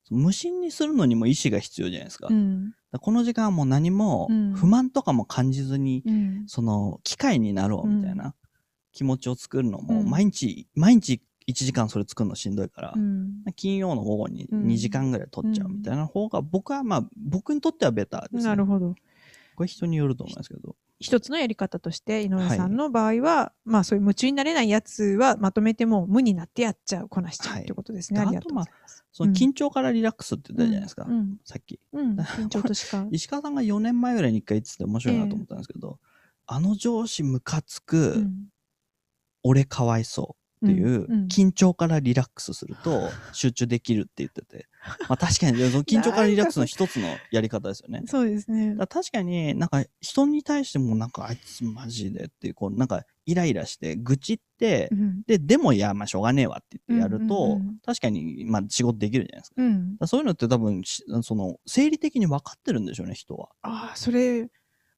B: 無心にするのにも意思が必要じゃないですか。うん、かこの時間はもう何も不満とかも感じずに、その機械になろうみたいな。気持ちを作るのも、毎日、うん、毎日1時間それ作るのしんどいから、うん、金曜の午後に2時間ぐらい取っちゃうみたいな方が、僕はまあ、僕にとってはベターです、ね、
A: なるほど。
B: これ人によると思いますけど。
A: 一つのやり方として、井上さんの場合は、はい、まあそういう夢中になれないやつはまとめても無になってやっちゃう、こなしちゃう、はい、ということですね。ありがとうございます。
B: その緊張からリラックスって言ったじゃないですか、うん、さっき。
A: 緊張とし か。
B: 石川さんが4年前ぐらいに一回言ってて面白いなと思ったんですけど、えー、あの上司ムカつく、俺かわいそっていう緊張からリラックスする と集中できるって言ってて、まあ、確かに緊張からリラックスの一つのやり方ですよね。
A: そうですね
B: だ確かになんか人に対してもなんかあいつマジでっていうこうなんかイライラして愚痴って、うん、ででもいやまあしょうがねえわって言ってやると、うんうんうん、確かにまあ仕事できるじゃないですか。うん、そういうのって多分その生理的に分かってるんでしょうね人は。
A: ああそれ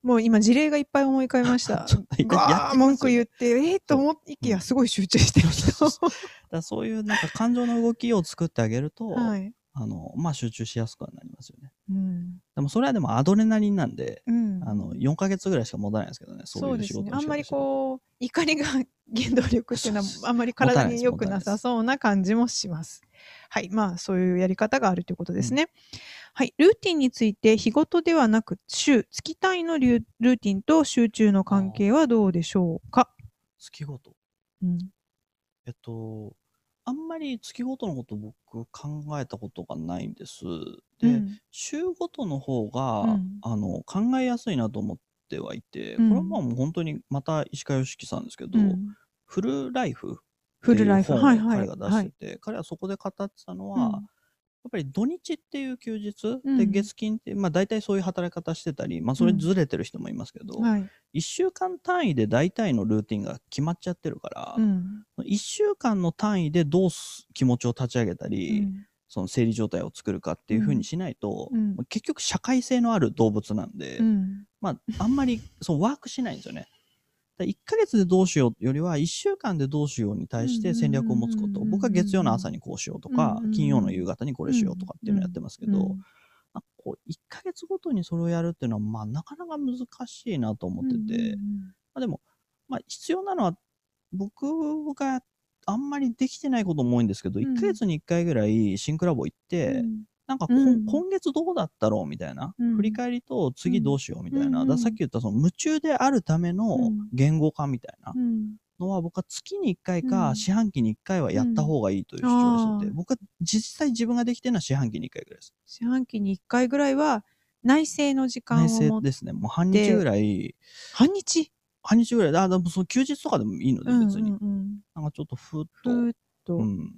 A: もう今事例がいっぱい思い浮かびました。 ガー文句言って、ええー、と思いきやすごい集中してる人。そう そう
B: だそういうなんか感情の動きを作ってあげると、はい、あのまあ集中しやすくはなりますよね。うん、でもそれはでもアドレナリンなんで、うん、あの4か月ぐらいしか持たないですけどね、そういう仕事、ね、
A: あんまりこう怒りが原動力っていうのはあんまり体に良くなさそうな感じもします。はい。まあ、そういうやり方があるということですね。うん、はい。ルーティンについて、日ごとではなく、週、月単位のルーティンと集中の関係はどうでしょうか
B: 月ごと。うん。えっと、あんまり月ごとのこと僕考えたことがないんです。で、うん、週ごとの方が、うん、あの、考えやすいなと思ってはいて、これはまあもう本当にまた石川良樹さんですけど、フルライフ
A: フルライフ。
B: はいはい。彼が出してて、はいはい、彼はそこで語ってたのは、うん、やっぱり土日っていう休日、うん、で月金って、まあ大体そういう働き方してたり、まあそれずれてる人もいますけど、うんはい、1週間単位で大体のルーティンが決まっちゃってるから、うん、1週間の単位でどう気持ちを立ち上げたり、その生理状態を作るかっていうふうにしないと、結局社会性のある動物なんで、まああんまりそのワークしないんですよね。1ヶ月でどうしようよりは1週間でどうしように対して戦略を持つこと僕は月曜の朝にこうしようとか金曜の夕方にこれしようとかっていうのをやってますけどこう1ヶ月ごとにそれをやるっていうのはまあなかなか難しいなと思っててまあでもまあ必要なのは僕があんまりできてないことも多いんですけど1ヶ月に1回ぐらいシンクラボ行ってなんか、うん、今月どうだったろうみたいな、うん、振り返りと次どうしようみたいな、うん、ださっき言ったその夢中であるための言語化みたいなのは僕は月に1回か四半期に1回はやった方がいいという主張をしてて、僕は実際自分ができてるのは四半期に1回ぐらいです。
A: 四半期に1回ぐらいは内政の時間を
B: 内政ですね。もう半日ぐらい。
A: 半日
B: 半日ぐらい。あ、でもその休日とかでもいいので別に。うんうんうん、なんかちょっとふっと。ふっと。うん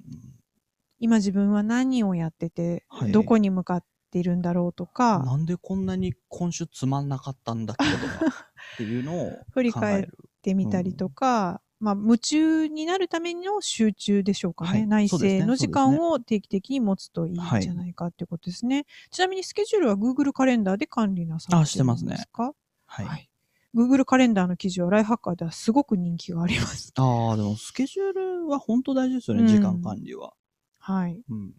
A: 今自分は何をやってて、はい、どこに向かっているんだろうとか
B: なんでこんなに今週つまんなかったんだっけとかっていうのを
A: 振り返ってみたりとか、うん、まあ、夢中になるための集中でしょうかね、はい、内政の時間を定期的に持つといいんじゃないかということですね、はい、ちなみにスケジュールは Google カレンダーで管理なさってるんですかしてますねはい、はい Google カレンダーの記事はライフハッカーではすごく人気があります。
B: ああ、でもスケジュールは本当大事ですよね、うん、時間管理は。
A: はい、うん。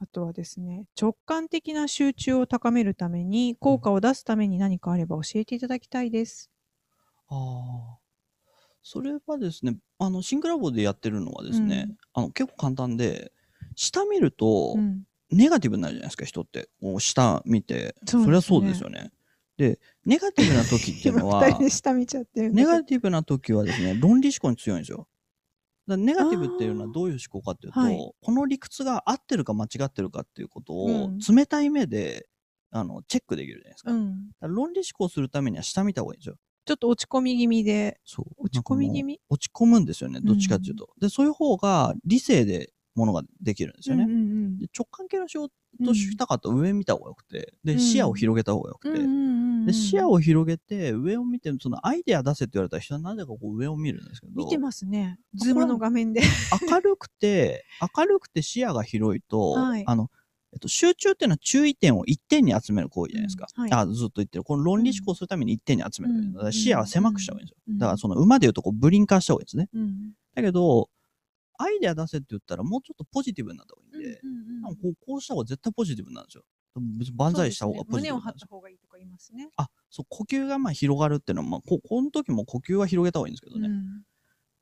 A: あとはですね、直感的な集中を高めるために、効果を出すために何かあれば教えていただきたいです。
B: うん、ああ。それはですね、あの、シンクラボでやってるのはですね、うん、あの、結構簡単で、下見ると、ネガティブになるじゃないですか、人って。こう下見て、そ、ね,、りゃそうですよね。で、ネガティブな時っていうの は、ネガティブな時はですね、論理思考に強いんですよ。ネガティブっていうのはどういう思考かっていうと、はい、この理屈が合ってるか間違ってるかっていうことを冷たい目で、うん、あのチェックできるじゃないですか。うん、論理思考するためには下見た方がいいんですよ。
A: ちょっと落ち込み気味で。。
B: そう
A: 落ち込み気味
B: 落ち込むんですよね、どっちかっていうと、うん。で、そういう方が理性でものができるんですよね。うんうんうん、で直感系の仕事したかったら上見た方がよくて、で、視野を広げた方がよくて、うん、で、視野を広げて、上を見て、そのアイデア出せって言われたら人はなぜかこう上を見るんですけど。
A: 見てますね。ズームの画面で。
B: 明るくて、明るくて視野が広いと、はい、あの、えっと、集中っていうのは注意点を一点に集める行為じゃないですか。うんはい、あずっと言ってる。この論理思考するために一点に集める。だから視野は狭くした方がいいんですよ。だからその馬で言うとこうブリンカーした方がいいですね。うん、だけど、アイデア出せって言ったらもうちょっとポジティブになった方がいいんで、うんうんうん、こうこうした方が絶対ポジティブなんですよ。別に万歳した方がポジティブ
A: なんですよ。すね、胸を張った方がいいとか言いますね。
B: あ、そう、呼吸がまあ広がるっていうのは、まあこ、この時も呼吸は広げた方がいいんですけどね。うん、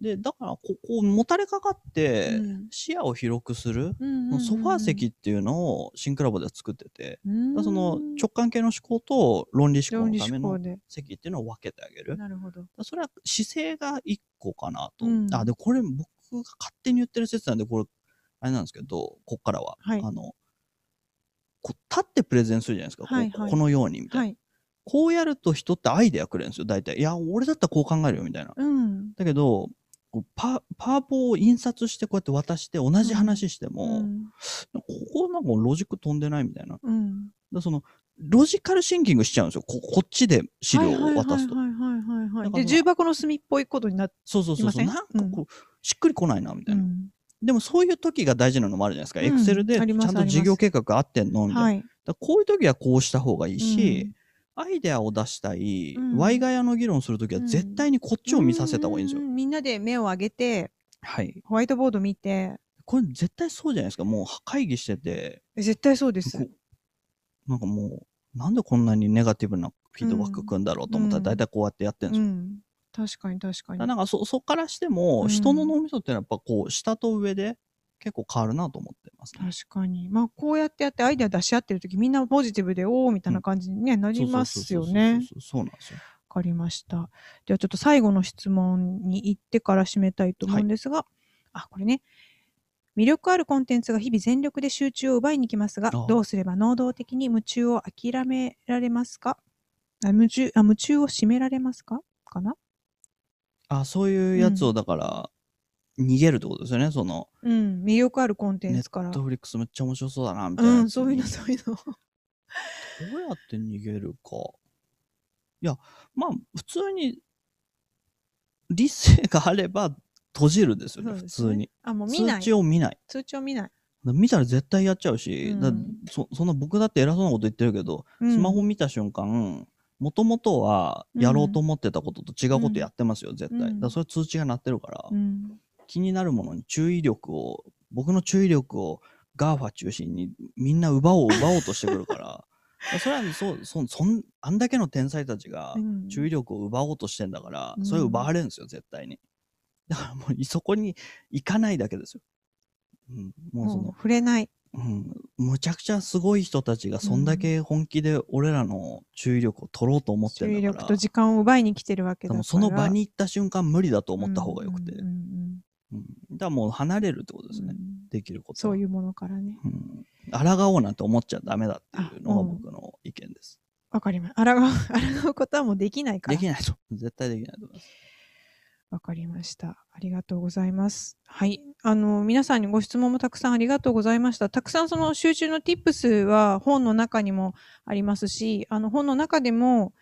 B: で、だから、ここもたれかかって、視野を広くする、うん、ソファー席っていうのをシンクラボで作ってて、うん、その直感系の思考と論理思考のための席っていうのを分けてあげる。
A: なるほど。
B: それは姿勢が一個かなと。あ、で、これ僕が勝手に言ってる説なんで、これ、あれなんですけど、こっからは、はい、あの、こう立ってプレゼンするじゃないですか、はいはい、このように、みたいな、はい、こうやると人ってアイデアくれるんですよ、大体。いや、俺だったらこう考えるよ、みたいな。うん、だけど、パパワポを印刷してこうやって渡して同じ話しても、
A: うんうん
B: ここなんかロジック飛んでないみたいな。だか
A: うん
B: らそのロジカルシンキングしちゃうんですよ。ここっちで資料を渡すと。
A: はいはいはいはいはい、
B: だか
A: はい。
B: ら
A: で、重箱の隅っぽいことになって、
B: そうそうそうそう。
A: い
B: な
A: ま
B: んか
A: せん
B: こう、しっくりこないなみたいな。
A: ん
B: でもそういう時が大事なのもあるじゃないですか。
A: うん
B: エクセルでちゃ
A: あります
B: んと事業計画合ってんのみたいな。
A: はい。
B: だからこういう時はこうした方がいいし、アイデアを出したい、
A: うん
B: ワイガヤの議論する時は絶対にこっちを見させた方がいいんですよ。
A: うみんなで目を上げて、
B: はい。
A: ホワイトボード見て、
B: これ絶対そうじゃないですか。もう会議してて、
A: え絶対そうです。
B: こうなんかもう、なんでこんなにネガティブなフィードバックくんだろうと思ったら、
A: うん
B: 大体こうやってやってるんです
A: う
B: よ。
A: ん。確かに確か
B: だ
A: に。
B: からなん
A: か
B: かそ、そっからして
A: う
B: も、
A: ん
B: 人の脳みそってのはやっぱこう、下と上で結構変わるなと思ってますね。
A: 確かに。まあ、こうやってやってアイデア出し合ってる時みんなポジティブで、おおみたいな感じに、ねなりますよね。
B: そうそうそうそうそうそうなんですよ。
A: わかりました。ではちょっと最後の質問に行ってから締めたいと思うんですが、あ、これね。魅力あるコンテンツが日々全力で集中を奪いに来ますが
B: ああ、
A: どうすれば能動的に夢中を諦められますかあ夢中あ夢中を締められますかかな、
B: あ、そういうやつをだから、逃げるってことですよね。その、
A: うん、魅力あるコンテンツから。
B: ドフリックスめっちゃ面白そうだな、みたいうなやつに。
A: ん、そういうの、そういうの。
B: どうやって逃げるか。いや、まあ、普通に、理性があれば閉じるんですよね、
A: そう
B: 普
A: ですね
B: 通に。
A: あ、もう見な
B: 通
A: い。
B: 知を見ない。
A: 通知を見ない。
B: だ見たら絶対やっちゃうし、
A: うん
B: だそそんな僕だって偉そうなこと言ってるけど、
A: うん
B: スマホ見た瞬間、もともとはやろうと思ってたことと違うことやってますよ、絶対。だ
A: うん
B: からそれは通知が鳴ってるから、
A: うん、
B: 気になるものに注意力を、僕の注意力を GAFA 中心にみんな奪おう奪おうとしてくるから、だからそれはそうそそん、あんだけの天才たちが
A: うん
B: 注意力を奪おうとしてんだから、
A: うん
B: それを奪われるんですよ、絶対に。だからもうそこに行かないだけですよ。うん、もうそ
A: もう
B: の、
A: 触れない。
B: うん、むちゃくちゃすごい人たちがそんだけ本気で俺らの注意力を取ろうと思って
A: 注
B: る
A: 意
B: んだか
A: 力
B: ら、
A: と時間を奪いに来てるわけ
B: 多
A: だか
B: 分
A: ら。
B: その場に行った瞬間無理だと思った方がよくて、
A: うん
B: う
A: うんうんうん
B: んだからもう離れるってことです
A: う
B: ね、
A: ん
B: できること、
A: そういううものからね。
B: うん、抗おうなんて思っちゃダメだっていうのが
A: あうん
B: 僕の意見です、
A: わかります。あらがう、 あらがうことはもうできないから。
B: できないと絶対できないと思います
A: わかりました。ありがとうございます。はい。あの、皆さんにご質問もたくさんありがとうございました。たくさんその集中の tips は本の中にもありますし、あの本の中でも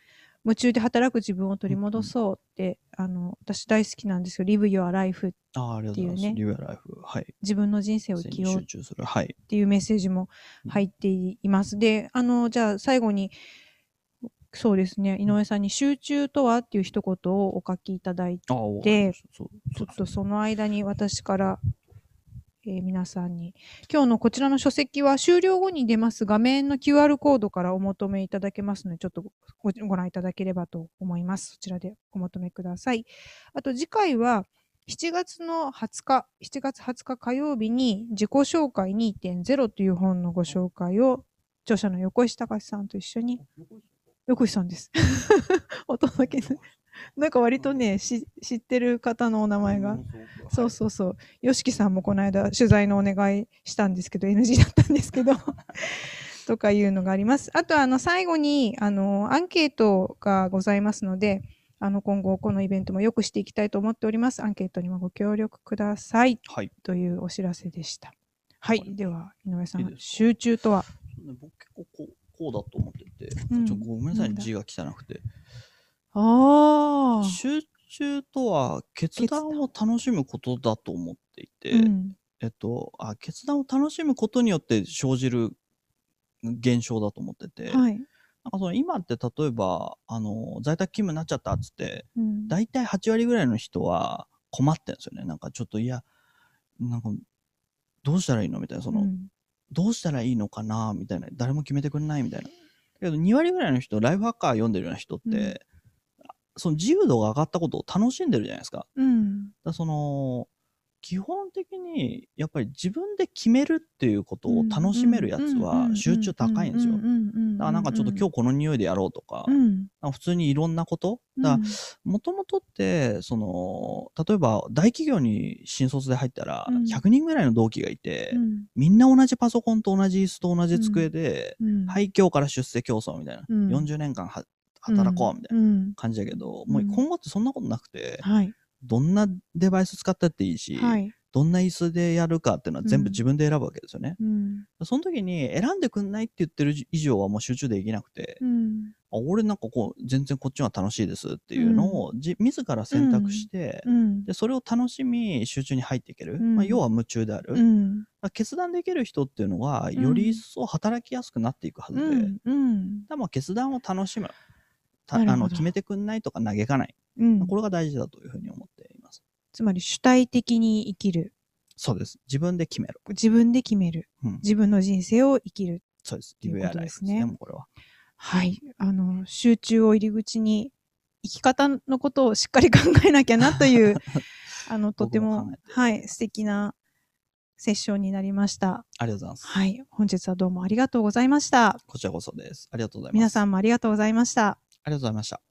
A: 夢中で働く自分を取り戻そうって、あの、私大好きなんですよ。Live Your Life。
B: ああありがとうございます
A: って
B: リュアライフはい
A: 自分の人生を生きよう
B: 集中するはい
A: っていうメッセージも入っています。で、あの、じゃあ最後に、そうですね、井上さんに集中とはっていう一言をお書きいただいて、
B: ああわかりましたそう
A: ち
B: そ
A: ょ
B: う
A: っとその間に私から、えー皆さんに、今日のこちらの書籍は終了後に出ます画面の QR コードからお求めいただけますので、ちょっとごご覧いただければと思います。そちらでお求めください。あと次回は、7月の20日、7月20日火曜日に自己紹介2.0という本のご紹介を著者の横石隆さんと一緒に、横石さんです。 お届けす、なんか割とね、し知ってる方のお名前が。そうそうそう。よしきさんもこの間取材のお願いしたんですけど、NG だったんですけど、 とかいうのがあります。あと、あの、最後に、あの、アンケートがございますので、あの、今後このイベントも良くしていきたいと思っております。アンケートにもご協力ください。
B: はい
A: というお知らせでした。はい。では、井上さん、
B: いいですか
A: 集中とは
B: 僕結構こうこうだと思ってて、
A: うん
B: ちょごめんなさい
A: なんだ
B: 字が汚くて
A: ああ。
B: 集中とは決断を楽しむことだと思っていて、
A: うん。
B: えっとあ決断を楽しむことによって生じる現象だと思ってて、なんか
A: はい。
B: その今って例えばあの在宅勤務になっちゃったっつって
A: うん
B: 大体8割ぐらいの人は困ってんですよねなんかちょっといやなんかどうしたらいいのみたいなその、
A: うん
B: どうしたらいいのかなみたいな誰も決めてくれないみたいなけど2割ぐらいの人ライフハッカー読んでるような人って、
A: うん
B: その自由度が上がったことを楽しんでるじゃないですかだか
A: うん。
B: らその基本的にやっぱり自分で決めるっていうことを楽しめるやつは集中高いんですよ
A: う
B: だからなんかちょっと今日この匂いでやろうとか,、
A: うん
B: 普通にいろんなことだからもともとってその例えば大企業に新卒で入ったら
A: うん
B: 100人ぐらいの同期がいて、
A: うん
B: みんな同じパソコンと同じ椅子と同じ机で、
A: うん、
B: はい、今日から出世競争みたいな、
A: うん
B: 40年間は働こうみたいな
A: な
B: 感じだけど、
A: うん
B: もう今後ってそんなことなくて、
A: はい
B: どんなデバイス使ったっていいし、はい、どんな椅子でやるかっていうのは全部自分で選ぶわけですよね。うん、その時に選んでくんないって言ってる以上はもう集中できなくて、うん、あ俺なんかこう全然こっちは楽しいですっていうのをじ、うん、自ら選択して、でそれを楽しみ集中に入っていける、まあ、要は夢中である、決断できる人っていうのはより一層働きやすくなっていくはずで、うんう決断を楽しむあの決めてくんないとか嘆かない、これが大事だというふうに思っています。
A: つまり主体的に生きる。
B: そうです。自分で決める。
A: 自分で決める。うん、自分の人生を生きる。
B: そうです。リベアライフですね、もうこれは。
A: はい。あの、集中を入り口に、生き方のことをしっかり考えなきゃなと いう、あの、とても、もはい、素敵なセッションになりました。
B: ありがとうございます。
A: はい。本日はどうもありがとうございました。
B: こちらこそです。ありがとうございます。
A: 皆さんもありがとうございました。
B: ありがとうございました。